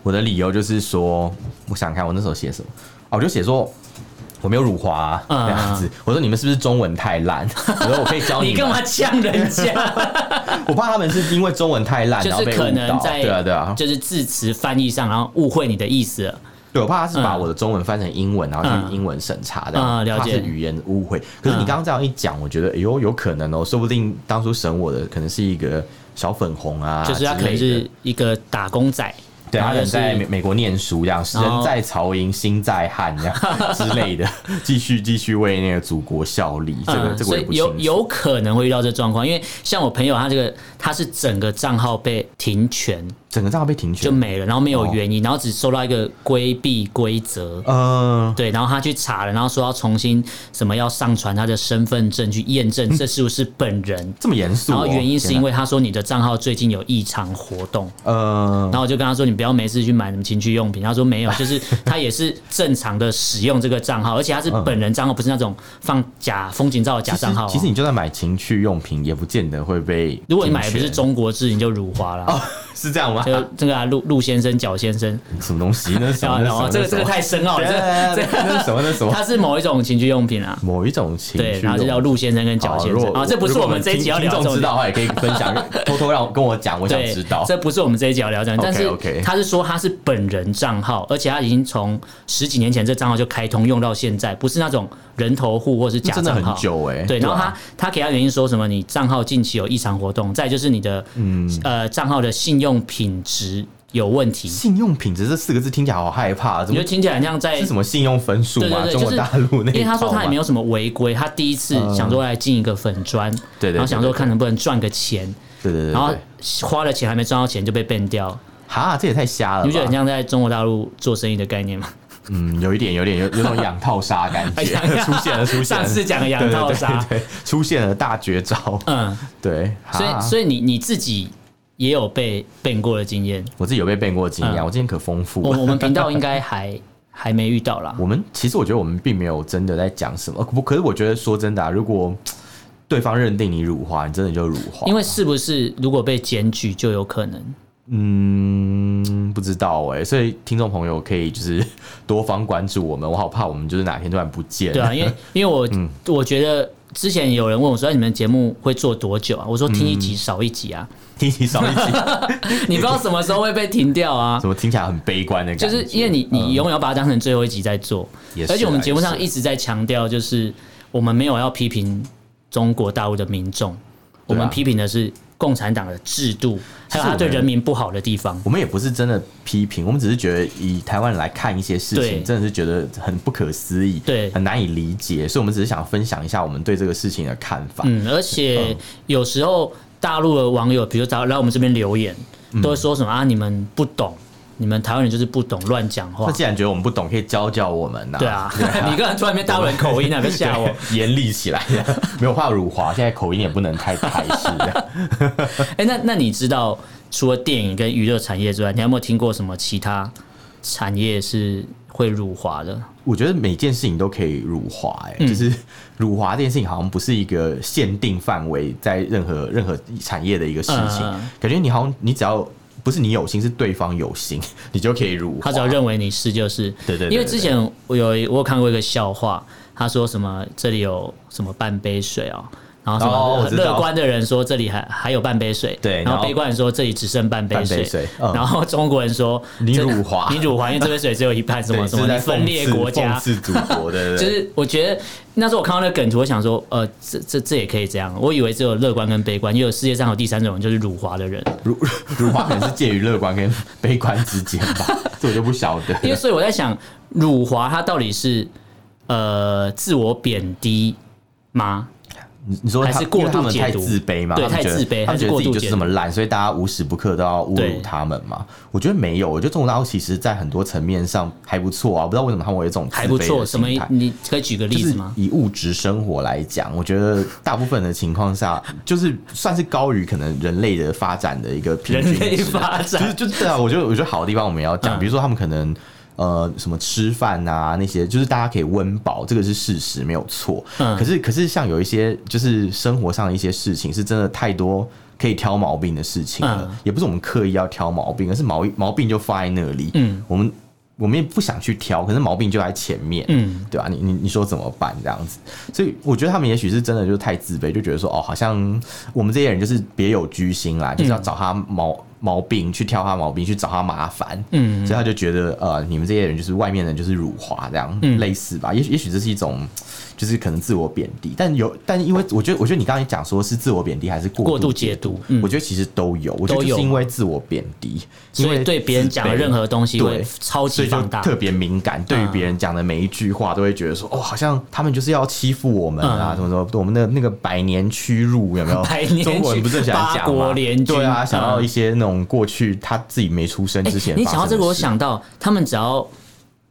Speaker 1: 我的理由就是说，我想看我那时候写什么啊，我就写说。我没有辱华、啊
Speaker 2: 嗯
Speaker 1: 这样子，我说你们是不是中文太 烂？我说我可以教
Speaker 2: 你
Speaker 1: 哦你
Speaker 2: 干
Speaker 1: 们
Speaker 2: 嘛，呛人家？
Speaker 1: 我怕他们是因为中文太烂，
Speaker 2: 就
Speaker 1: 啊然后
Speaker 2: 是
Speaker 1: 被
Speaker 2: 可
Speaker 1: 误
Speaker 2: 能
Speaker 1: 导。
Speaker 2: 在
Speaker 1: 对啊，对啊，
Speaker 2: 就是字词翻译上，然后误会你的意思了。
Speaker 1: 对我怕他是把
Speaker 2: 嗯
Speaker 1: 我的中文翻成英文，然后
Speaker 2: 嗯
Speaker 1: 去英文审查的，
Speaker 2: 嗯了
Speaker 1: 怕
Speaker 2: 解
Speaker 1: 是语言误会。可是你
Speaker 2: 嗯
Speaker 1: 刚刚这样一讲，我觉得哎呦，有可能哦，说不定当初审我的可能是一个小粉红啊，
Speaker 2: 就是他可能
Speaker 1: 之类的
Speaker 2: 是一个打工仔，
Speaker 1: 对，
Speaker 2: 然
Speaker 1: 他
Speaker 2: 后
Speaker 1: 可能
Speaker 2: 就
Speaker 1: 在美
Speaker 2: 是哦
Speaker 1: 美国念书这样，
Speaker 2: 然后
Speaker 1: 人在曹营心在汉这 样之类的，继续继续为那个祖国效力。这个
Speaker 2: 嗯，
Speaker 1: 这个我
Speaker 2: 所
Speaker 1: 也
Speaker 2: 以
Speaker 1: 不
Speaker 2: 有
Speaker 1: 清楚。
Speaker 2: 有可能会遇到这状况，因为像我朋友他这个他是整个账号被停权
Speaker 1: 整个账号被停
Speaker 2: 就
Speaker 1: 权，
Speaker 2: 没了，然后没有
Speaker 1: 哦
Speaker 2: 原因，然后只收到一个规避规则。
Speaker 1: 嗯，
Speaker 2: 对，然后他去查了，然后说要重新什么要上传他的身份证去验
Speaker 1: 嗯
Speaker 2: 证这是不是本人。
Speaker 1: 这么严肃
Speaker 2: 然
Speaker 1: 哦。
Speaker 2: 后原因是因
Speaker 1: 为
Speaker 2: 为他说你的账号最近有异常活动，
Speaker 1: 呃
Speaker 2: 然，后我就跟他说你不要没事去买什么情趣用品。他说没有，就是他也是正常的使用这个账号，而且他是本人账号，不是那种放假风景照的
Speaker 1: 嗯
Speaker 2: 假
Speaker 1: 其实
Speaker 2: 账号哦。
Speaker 1: 其实你就算买情趣用品，也不见得会被。
Speaker 2: 如果你买的不是，中国制，你就辱华了。
Speaker 1: 哦是这样吗？
Speaker 2: 就这个啊，陆陆先生、蒋先生，
Speaker 1: 什么东西？那是什
Speaker 2: 然
Speaker 1: 么？
Speaker 2: 后
Speaker 1: 那是
Speaker 2: 然
Speaker 1: 什么？
Speaker 2: 后这个这个
Speaker 1: 那是什么
Speaker 2: 太深奥了，哦这
Speaker 1: 对
Speaker 2: 个
Speaker 1: 那是什么？那是什么？
Speaker 2: 它是某一种情趣用品啊。
Speaker 1: 某一种情
Speaker 2: 对，
Speaker 1: 趣
Speaker 2: 然后就叫
Speaker 1: 用
Speaker 2: 陆先生跟
Speaker 1: 好
Speaker 2: 蒋先
Speaker 1: 如
Speaker 2: 生
Speaker 1: 果
Speaker 2: 啊，这不是
Speaker 1: 如果
Speaker 2: 我们这一集要
Speaker 1: 听
Speaker 2: 聊
Speaker 1: 听众
Speaker 2: 的
Speaker 1: 知道的话，也可以分 享，偷偷让我跟我讲，我想
Speaker 2: 对，
Speaker 1: 知道。
Speaker 2: 这不是我们这一集要聊的，但是
Speaker 1: OK，OK
Speaker 2: 他是说他是本人账号，而且他已经从十几年前这账号就开通用到现在，不是那种人头户或是假
Speaker 1: 真的
Speaker 2: 账号
Speaker 1: 很。久哎、
Speaker 2: 对，然后
Speaker 1: 啊
Speaker 2: 他他给他原因说什么？你账号近期有异常活动，再就是你的呃
Speaker 1: 嗯
Speaker 2: 账号的信用品质有问题，
Speaker 1: 信用品质这四个字听起来好害怕、啊，怎
Speaker 2: 你
Speaker 1: 么
Speaker 2: 就听起来很像在
Speaker 1: 是什么信用分数
Speaker 2: 对
Speaker 1: 吗？
Speaker 2: 对对，
Speaker 1: 中
Speaker 2: 就
Speaker 1: 国
Speaker 2: 是
Speaker 1: 大陆那一套吗啊嗯
Speaker 2: 因为他说他也没有什么违规，他第一次想说来进一个粉砖，
Speaker 1: 对对对
Speaker 2: 然后想说
Speaker 1: 对对
Speaker 2: 看能不能赚个钱，
Speaker 1: 啊对对对
Speaker 2: 然后
Speaker 1: 对，
Speaker 2: 花了钱还没赚到钱就被 ban 掉，
Speaker 1: 哈，这也太瞎了吧，
Speaker 2: 你不觉得很像在中国大陆做生意的概念吗？
Speaker 1: 嗯，有一点有点有有种养套杀感
Speaker 2: 哎
Speaker 1: 觉
Speaker 2: 养，
Speaker 1: 出现了出现
Speaker 2: 上
Speaker 1: 了，
Speaker 2: 次讲的养套杀
Speaker 1: 对对对对出现了大绝招，
Speaker 2: 嗯，
Speaker 1: 对，
Speaker 2: 所以
Speaker 1: 哈
Speaker 2: 所以你你自己也有被 ban 过的经验，
Speaker 1: 我自己有被变过经验，
Speaker 2: 嗯
Speaker 1: 我今天可丰富
Speaker 2: 我
Speaker 1: 了，
Speaker 2: 我们频道应该还 还没遇到啦。
Speaker 1: 我们其实我觉得我们并没有真的在讲什么，呃不，可是我觉得说真的、啊，如果对方认定你辱华，你真的就辱华。
Speaker 2: 因为是不是如果被检举就有可能？
Speaker 1: 嗯，不知道哎、所以听众朋友可以就是 多方关注我们，我好怕我们就是哪天突然不见。
Speaker 2: 对啊，因为因为我、
Speaker 1: 嗯
Speaker 2: 我觉得之前有人问我说，哎你们节目会做多久啊？我说听一
Speaker 1: 嗯
Speaker 2: 集少一集啊，
Speaker 1: 听你少一集，
Speaker 2: 你不知道什么时候会被停掉啊。
Speaker 1: 怎么听嗯起来很悲观的感觉？
Speaker 2: 就是因为你你永远要把它当成最后一集在做，
Speaker 1: 也是啊
Speaker 2: 而且我们节目上
Speaker 1: 也是
Speaker 2: 一直在强调，就是我们没有要批评中国大陆的民众，
Speaker 1: 啊
Speaker 2: 我们批评的是共产党的制度，还有他
Speaker 1: 啊
Speaker 2: 对人民不好的地方。
Speaker 1: 我们也不是真的批评，我们只是觉得以台湾人来看一些事
Speaker 2: 对
Speaker 1: 情，真的是觉得很不可思议，
Speaker 2: 对
Speaker 1: 很难以理解，所以我们只是想分享一下我们对这个事情的看法。
Speaker 2: 嗯，而且有时候大陆的网友，比如找来我们这边留言，
Speaker 1: 嗯
Speaker 2: 都会说什么啊，你们不懂，你们台湾人就是不懂，乱讲
Speaker 1: 那
Speaker 2: 话。
Speaker 1: 既然觉得我们不懂，可以教教我们呐、
Speaker 2: 对 啊， 你刚才突然变大陆人口音啊，别吓我。
Speaker 1: 严厉起来， 没有怕辱华，现在口音也不能太排斥。
Speaker 2: 哎、那那你知道除了电影跟娱乐产业之外，你还有没有听过什么其他产业是会辱华的？
Speaker 1: 我觉得每件事情都可以辱华、欸，
Speaker 2: 嗯
Speaker 1: 就是辱华这件事情好像不是一个限定范围，在任何任何产业的一个事情，
Speaker 2: 嗯嗯嗯
Speaker 1: 感觉你好像你只要不是你有心，是对方有心， 你就可以辱华。
Speaker 2: 他只要认为你是就是。
Speaker 1: 对对对
Speaker 2: 因为之前我有我有看过一个笑话，他说什么这里有什么半杯水哦。然后什
Speaker 1: 哦
Speaker 2: 么
Speaker 1: 我知道
Speaker 2: 乐观的人说这里还还有半杯水，
Speaker 1: 对
Speaker 2: 然
Speaker 1: 然
Speaker 2: 后
Speaker 1: 后
Speaker 2: 悲观人说这里只剩半杯
Speaker 1: 半
Speaker 2: 水，
Speaker 1: 杯水嗯
Speaker 2: 然后中国人说
Speaker 1: 你
Speaker 2: 这
Speaker 1: 辱华
Speaker 2: 你辱华，因为这杯水只有一半，什
Speaker 1: 对
Speaker 2: 么什
Speaker 1: 这是
Speaker 2: 么你
Speaker 1: 在
Speaker 2: 分裂
Speaker 1: 讽刺
Speaker 2: 国
Speaker 1: 讽，
Speaker 2: 家
Speaker 1: 刺祖国的，对对
Speaker 2: 就
Speaker 1: 对
Speaker 2: 是我觉得那时候我看到那个梗图，我想说，呃，这这这也可以这样。我以为只有乐观跟悲观，因为世界上有第三种人，就是辱华的人。
Speaker 1: 辱辱华可能是介于乐观跟悲观之间吧， 这我就不晓得。
Speaker 2: 因为所以我在想，辱华它到底是呃自我贬低吗？
Speaker 1: 你你说他
Speaker 2: 还是过
Speaker 1: 因
Speaker 2: 度
Speaker 1: 为他们
Speaker 2: 解读
Speaker 1: 太自卑嘛？
Speaker 2: 对
Speaker 1: 他们觉得
Speaker 2: 太自卑
Speaker 1: 他们觉得自己
Speaker 2: 还是过度
Speaker 1: 就是
Speaker 2: 解读
Speaker 1: 这么烂，所以大家无时不刻都要侮
Speaker 2: 对
Speaker 1: 辱他们嘛？我觉得没有，我觉得中国大陆其实在很多层面上还不错啊，我不知道为什么他们会有这种自
Speaker 2: 还不
Speaker 1: 卑
Speaker 2: 错，
Speaker 1: 的
Speaker 2: 什么
Speaker 1: 心态？
Speaker 2: 你可以举个
Speaker 1: 就
Speaker 2: 例子
Speaker 1: 是
Speaker 2: 吗？
Speaker 1: 以物质生活来讲，我觉得大部分的情况下，就是算是高于可能人类的发展的一个平均
Speaker 2: 人类
Speaker 1: 值啊
Speaker 2: 发展
Speaker 1: 就是就对啊，我觉得我觉得好的地方我们也要讲，
Speaker 2: 嗯
Speaker 1: 比如说他们可能。呃，什么吃饭啊，那些就是大家可以温饱，这个是事实，没有错。
Speaker 2: 嗯
Speaker 1: 可是可是像有一些就是生活上的一些事情，是真的太多可以挑毛病的事情了，
Speaker 2: 嗯
Speaker 1: 也不是我们刻意要挑毛病，而是毛毛病就放在那里。
Speaker 2: 嗯，
Speaker 1: 我们我们也不想去挑，可是毛病就在前面。
Speaker 2: 嗯，
Speaker 1: 对吧、你你你说怎么办这样子？所以我觉得他们也许是真的就是太自卑，就觉得说哦，好像我们这些人就是别有居心啦，就是要找他毛毛病，去挑他毛病，去找他麻烦。
Speaker 2: 嗯
Speaker 1: 所以他就觉得呃，你们这些人就是外面人就是辱华这样，
Speaker 2: 嗯
Speaker 1: 类似吧？也许也许这是一种就是可能自我贬低，但有但因为我觉得我觉得你刚才讲说是自我贬低还是过
Speaker 2: 过度
Speaker 1: 度
Speaker 2: 解
Speaker 1: 解
Speaker 2: 读嗯
Speaker 1: 我觉得其实都有，我觉
Speaker 2: 都
Speaker 1: 得就
Speaker 2: 有啊
Speaker 1: 是因为自我贬低，因
Speaker 2: 所以
Speaker 1: 为
Speaker 2: 对别人讲的
Speaker 1: 自卑
Speaker 2: 任何东西会
Speaker 1: 对
Speaker 2: 超
Speaker 1: 所
Speaker 2: 级
Speaker 1: 以就
Speaker 2: 放大。
Speaker 1: 特别敏感，对于
Speaker 2: 嗯
Speaker 1: 别人讲的每一句话，都会觉得说，哦，好像他们就是要欺负我们啊
Speaker 2: 嗯，
Speaker 1: 什么什么，我们的那个百年屈辱有没有？
Speaker 2: 百年屈
Speaker 1: 中国人不是很喜欢
Speaker 2: 八
Speaker 1: 讲
Speaker 2: 国
Speaker 1: 吗
Speaker 2: 联？军
Speaker 1: 对啊，
Speaker 2: 嗯
Speaker 1: 想要一些那种过去他自己没出生
Speaker 2: 哎
Speaker 1: 之前，
Speaker 2: 你讲到这个，
Speaker 1: 发生
Speaker 2: 我
Speaker 1: 的事
Speaker 2: 想到他们只要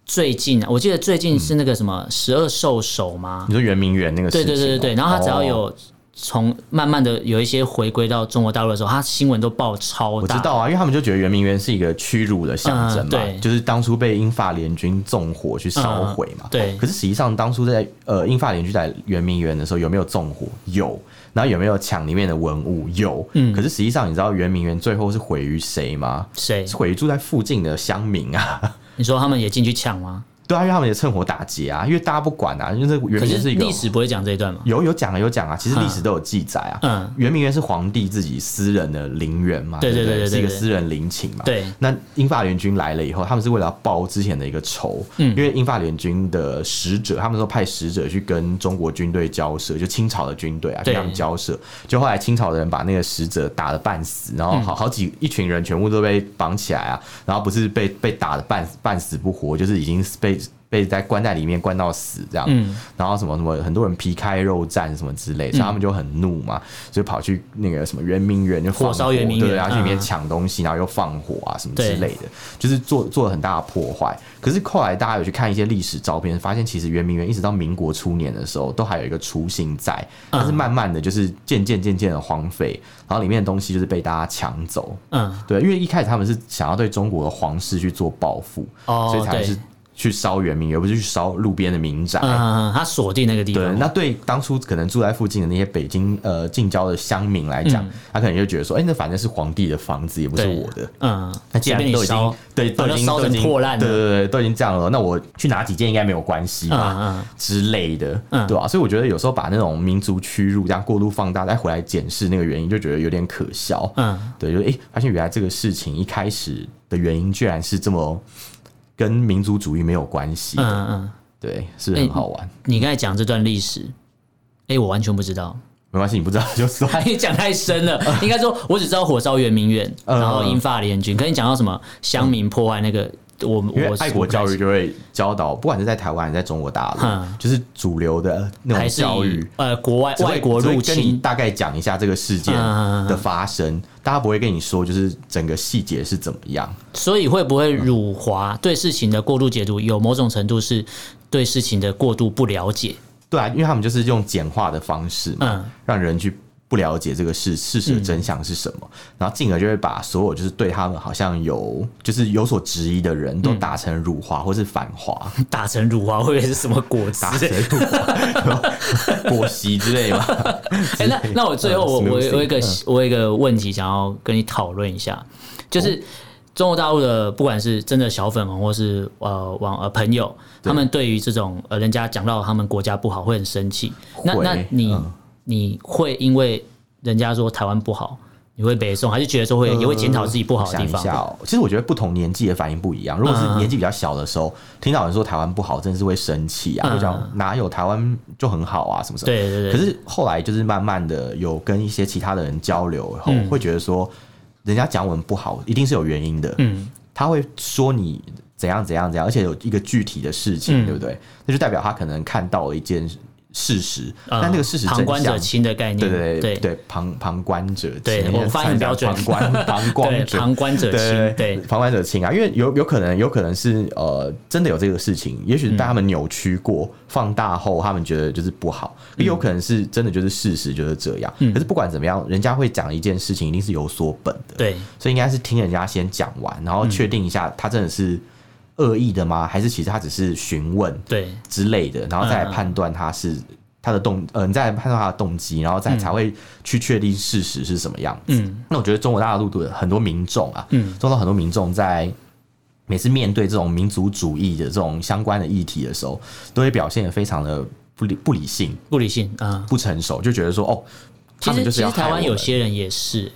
Speaker 2: 最近啊，我记得最
Speaker 1: 嗯
Speaker 2: 近是那个什么十二兽首吗？
Speaker 1: 你说圆明园那个事
Speaker 2: 对
Speaker 1: 情吗，
Speaker 2: 对对对对，然后他只要
Speaker 1: 哦。
Speaker 2: 有从慢慢的有一些回归到中国大陆的时候，他新闻都报超
Speaker 1: 我
Speaker 2: 大。
Speaker 1: 知道啊，因为他们就觉得圆明园是一个屈辱的象征嘛，
Speaker 2: 嗯对
Speaker 1: 就是当初被英法联军纵火去烧毁嘛、
Speaker 2: 嗯对
Speaker 1: 可是实际上，当初在呃英法联军在圆明园的时候，有没有纵火？有。然后有没有抢里面的文物？有。
Speaker 2: 嗯
Speaker 1: 可是实际上，你知道圆明园最后是毁于谁吗？
Speaker 2: 谁
Speaker 1: 是？毁于住在附近的乡民啊。
Speaker 2: 你说他们也进去抢吗？
Speaker 1: 对啊，因为他们也趁火打劫啊，因为大家不管啊，因为这个圆
Speaker 2: 可
Speaker 1: 明
Speaker 2: 是
Speaker 1: 园是一个
Speaker 2: 历史不会讲这一段嘛？
Speaker 1: 有有讲啊，有讲啊，其实历史都有记载啊。
Speaker 2: 嗯
Speaker 1: 圆明园是皇帝自己私人的陵园嘛，
Speaker 2: 对对
Speaker 1: 对不
Speaker 2: 对对
Speaker 1: 是一个
Speaker 2: 对对
Speaker 1: 私人陵寝嘛。
Speaker 2: 对
Speaker 1: 那英法联军来了以后，他们是为了要报之前的一个仇，
Speaker 2: 嗯
Speaker 1: 因为英法联军的使者，他们说派使者去跟中国军队交涉，就清朝的军队啊，
Speaker 2: 对
Speaker 1: 跟他们交涉。就后来清朝的人把那个使者打得半死，然后
Speaker 2: 嗯
Speaker 1: 好好几一群人全部都被绑起来啊，然后不是被被打得半半死不活，就是已经被。被在关在里面关到死这样，
Speaker 2: 嗯
Speaker 1: 然后什么什么，很多人皮开肉绽什么之类，所以他们就很怒嘛，就跑去那个什么圆明园就放
Speaker 2: 火烧圆明园
Speaker 1: 对，然后去里面
Speaker 2: 嗯
Speaker 1: 抢东西，然后又放火啊什么
Speaker 2: 对
Speaker 1: 之类的，就是做做了很大的破坏。可是后来大家有去看一些历史照片，发现其实圆明园一直到民国初年的时候，都还有一个雏形在，
Speaker 2: 嗯
Speaker 1: 但是慢慢的就是渐渐渐渐的荒废，然后里面的东西就是被大家抢走。
Speaker 2: 嗯，
Speaker 1: 对，因为一开始他们是想要对中国的皇室去做报复，
Speaker 2: 哦
Speaker 1: 所以才
Speaker 2: 对
Speaker 1: 是。去烧原民，而不是去烧路边的民宅。
Speaker 2: 嗯，他锁定那个地
Speaker 1: 对，
Speaker 2: 方，
Speaker 1: 那对当初可能住在附近的那些北京呃近郊的乡民来讲，他可能就觉得说，哎、那反正是皇帝的房子，也不是
Speaker 2: 嗯对
Speaker 1: 我的。
Speaker 2: 嗯，
Speaker 1: 那既
Speaker 2: 随
Speaker 1: 然
Speaker 2: 便你
Speaker 1: 都已经
Speaker 2: 烧，
Speaker 1: 对都
Speaker 2: 反
Speaker 1: 已
Speaker 2: 正
Speaker 1: 经
Speaker 2: 烧
Speaker 1: 都已
Speaker 2: 成
Speaker 1: 经
Speaker 2: 破烂
Speaker 1: 对对
Speaker 2: 了，
Speaker 1: 对，都已经这样了，那我去拿几件应该没有关系吧？
Speaker 2: 嗯嗯
Speaker 1: 之类的，
Speaker 2: 嗯
Speaker 1: 对吧、啊所以我觉得有时候把那种民族屈辱这样过度放大，再回来检视那个原因，就觉得有点可笑。
Speaker 2: 嗯，
Speaker 1: 对，就是哎、诶发现原来这个事情一开始的原因居然是这么跟民族主义没有关系。
Speaker 2: 嗯嗯，
Speaker 1: 对，是很好玩。
Speaker 2: 你刚才讲这段历史，哎，我完全不知道。
Speaker 1: 没关系，你不知道就算。
Speaker 2: 还讲太深 了，应该说，我只知道火烧圆明园，
Speaker 1: 嗯
Speaker 2: 然后英法联军。可是你讲到什么乡民破坏那个，我
Speaker 1: 因为
Speaker 2: 我
Speaker 1: 爱国教育就会教导，不管是在台湾还是在中国大
Speaker 2: 嗯
Speaker 1: 陆，就是主流的那种
Speaker 2: 还是以
Speaker 1: 教育，
Speaker 2: 呃国外
Speaker 1: 只会
Speaker 2: 外国
Speaker 1: 只会
Speaker 2: 入
Speaker 1: 跟你
Speaker 2: 侵，
Speaker 1: 大概讲一下这个事件
Speaker 2: 嗯
Speaker 1: 的发生，大家不会跟你说就是整个细节是怎么样。
Speaker 2: 所以会不会辱华对事情的过度解读，有某种程度是对事情的过度不了解？
Speaker 1: 对啊，因为他们就是用简化的方式嘛，
Speaker 2: 嗯
Speaker 1: 让人去不了解这个事事实的真相是什么，然后进而就会把所有就是对他们好像有就是有所质疑的人
Speaker 2: 嗯
Speaker 1: 都打成辱华或是反华，
Speaker 2: 打成辱华会不会是什么果子？
Speaker 1: 打成辱 华、果昔之类嘛。
Speaker 2: 哎、那那我最后
Speaker 1: 呃
Speaker 2: 我我我有一
Speaker 1: 嗯
Speaker 2: 个我有一个问题想要跟你讨论一下，
Speaker 1: 哦
Speaker 2: 就是中国大陆的不管是真的小粉红或是呃网呃朋友，他们对于这种呃人家讲到他们国家不好会很生气。那
Speaker 1: 会
Speaker 2: 那你、
Speaker 1: 嗯
Speaker 2: 你会因为人家说台湾不好，你会北宋，还是觉得说会、也会检讨自己不好的
Speaker 1: 嗯
Speaker 2: 地
Speaker 1: 我想一下
Speaker 2: 方？嗯
Speaker 1: 哦，其实我觉得不同年纪的反应不一样。如果是年纪比较小的时候，听到有人说台湾不好，真的是会生气啊，
Speaker 2: 嗯
Speaker 1: 会讲哪有台湾就很好啊，什么什么。
Speaker 2: 对对对
Speaker 1: 可是后来就是慢慢的有跟一些其他的人交流后，
Speaker 2: 嗯
Speaker 1: 会觉得说，人家讲我们不好，一定是有原因的。
Speaker 2: 嗯，
Speaker 1: 他会说你怎样怎样怎样，而且有一个具体的事情，
Speaker 2: 嗯
Speaker 1: 对不对？那就代表他可能看到了一件事实，
Speaker 2: 呃
Speaker 1: 但那个事实
Speaker 2: 旁
Speaker 1: 真
Speaker 2: 观者
Speaker 1: 相
Speaker 2: 清的概念，
Speaker 1: 对对
Speaker 2: 对
Speaker 1: 对旁旁观者清，
Speaker 2: 对我发音标准
Speaker 1: 旁 观旁观
Speaker 2: 对
Speaker 1: 者
Speaker 2: 旁观者清，对
Speaker 1: 旁观者清啊，因为有有可能有可能是呃真的有这个事情，也许是被他们扭曲过、放大后，他们觉得就是不好，
Speaker 2: 嗯
Speaker 1: 也有可能是真的就是事实就是这样。可是不管怎么样，人家会讲一件事情，一定是有所本的，
Speaker 2: 对，
Speaker 1: 所以应该是听人家先讲完，然后确定一下他真的是恶意的吗？还是其实他只是询问
Speaker 2: 对
Speaker 1: 之类的，然后再
Speaker 2: 嗯
Speaker 1: 来判断他是。他的动，呃，你再来判断他的动机，然后再才会去确定事实是什么样子。
Speaker 2: 嗯
Speaker 1: 那我觉得中国大陆的很多民众啊，
Speaker 2: 嗯
Speaker 1: 中国很多民众在每次面对这种民族主义的这种相关的议题的时候，都会表现得非常的不理不理性、
Speaker 2: 不理性啊。嗯
Speaker 1: 不成熟，就觉得说哦，
Speaker 2: 其
Speaker 1: 他们
Speaker 2: 实
Speaker 1: 就
Speaker 2: 其
Speaker 1: 是要
Speaker 2: 实
Speaker 1: 害
Speaker 2: 台
Speaker 1: 我
Speaker 2: 湾有
Speaker 1: 们
Speaker 2: 些人也是，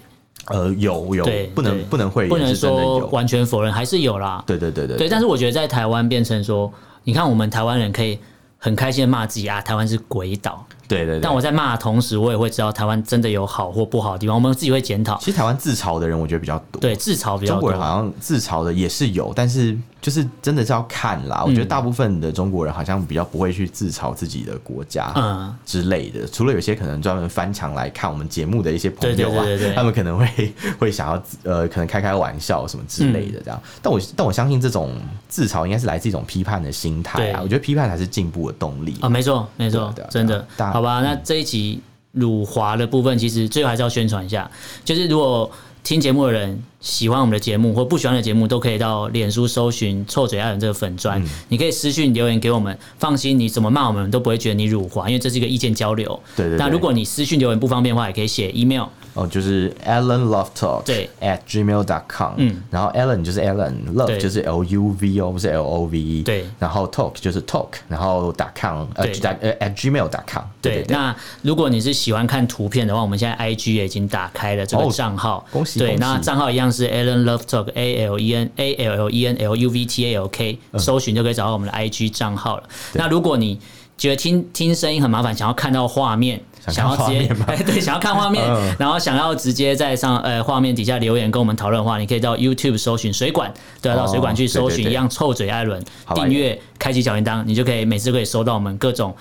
Speaker 1: 呃有有
Speaker 2: 对
Speaker 1: 不能
Speaker 2: 对
Speaker 1: 不能会
Speaker 2: 不能说
Speaker 1: 有，
Speaker 2: 完全否认，还是有啦。
Speaker 1: 对对对对
Speaker 2: 对，但是我觉得在台湾变成说，你看我们台湾人可以很开心的骂自己啊，台湾是鬼岛。
Speaker 1: 对对对。
Speaker 2: 但我在骂的同时，我也会知道台湾真的有好或不好的地方，我们自己会检讨。
Speaker 1: 其实台湾自嘲的人我觉得比较多，
Speaker 2: 对，自嘲比较
Speaker 1: 中国。
Speaker 2: 多
Speaker 1: 人啊好像自嘲的也是有，但是就是真的是要看
Speaker 2: 嗯
Speaker 1: 啦。我觉得大部分的中国人好像比较不会去自嘲自己的国家，
Speaker 2: 嗯，
Speaker 1: 之类的。除了有些可能专门翻墙来看我们节目的一些朋
Speaker 2: 对对
Speaker 1: 友啊，
Speaker 2: 对对对
Speaker 1: 他们可能会会想要自呃，可能开开玩笑什么之类的这
Speaker 2: 嗯
Speaker 1: 样。但我但我相信这种自嘲应该是来自一种批判的心态啊。
Speaker 2: 对
Speaker 1: 我觉得批判才是进步的动力。
Speaker 2: 啊，没错，没
Speaker 1: 对
Speaker 2: 错
Speaker 1: 啊对啊对啊，
Speaker 2: 真的，
Speaker 1: 大
Speaker 2: 好吧？那这一集辱华的部分，其实最后还是要宣传一下，就是如果听节目的人喜欢我们的节目或不喜欢的节目，都可以到脸书搜寻“臭嘴爱人”这个粉
Speaker 1: 嗯
Speaker 2: 砖，你可以私讯留言给我们。放心，你怎么骂我们都不会觉得你辱华，因为这是一个意见交流。
Speaker 1: 对对对
Speaker 2: 那如果你私讯留言不方便的话，也可以写 email。
Speaker 1: 哦，就是 Alan Love Talk
Speaker 2: 对
Speaker 1: at gmail dot com，嗯，然后 Alan 就是 Alan，Love
Speaker 2: 对
Speaker 1: 就是 L U V O 不是 L O V E，
Speaker 2: 对
Speaker 1: 然后 Talk 就是 Talk，然后 dot com 呃
Speaker 2: 对
Speaker 1: dot- 呃 at gmail dot com，
Speaker 2: 对，
Speaker 1: 对，
Speaker 2: 那如果你是喜欢看图片的话，我们现在 IG 也已经打开了这个
Speaker 1: 哦
Speaker 2: 账号，
Speaker 1: 恭喜
Speaker 2: 对，
Speaker 1: 恭喜
Speaker 2: 那账号一样是 Alan Love Talk A L E N A L L E N L U V T A L K，、搜
Speaker 1: 嗯
Speaker 2: 寻就可以找到我们的 IG 账号了。那如果你觉得听听声音很麻烦，想要看到画面，
Speaker 1: 想
Speaker 2: 想
Speaker 1: 看
Speaker 2: 要直接
Speaker 1: 画面吗
Speaker 2: 哎 对，想要看画面，
Speaker 1: 嗯
Speaker 2: 然后想要直接在上呃画面底下留言跟我们讨论的话，你可以到 YouTube 搜寻水管，对啊，到
Speaker 1: 哦
Speaker 2: 水管去搜
Speaker 1: 对对
Speaker 2: 寻
Speaker 1: 对
Speaker 2: 一样臭嘴艾伦，
Speaker 1: 好吧
Speaker 2: 订阅开启小铃铛，你就可以每次都可以收到我们各种。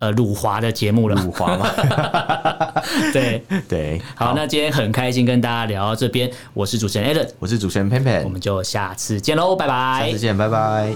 Speaker 2: 呃，辱华的节目了，
Speaker 1: 辱华嘛，
Speaker 2: 对，
Speaker 1: 对，
Speaker 2: 好，那今天很开心跟大家聊到这边，我是主持人 Allen，
Speaker 1: 我是主持人 Pan
Speaker 2: 我
Speaker 1: Pan，
Speaker 2: 们就下次见喽，拜拜，
Speaker 1: 下次见，拜拜。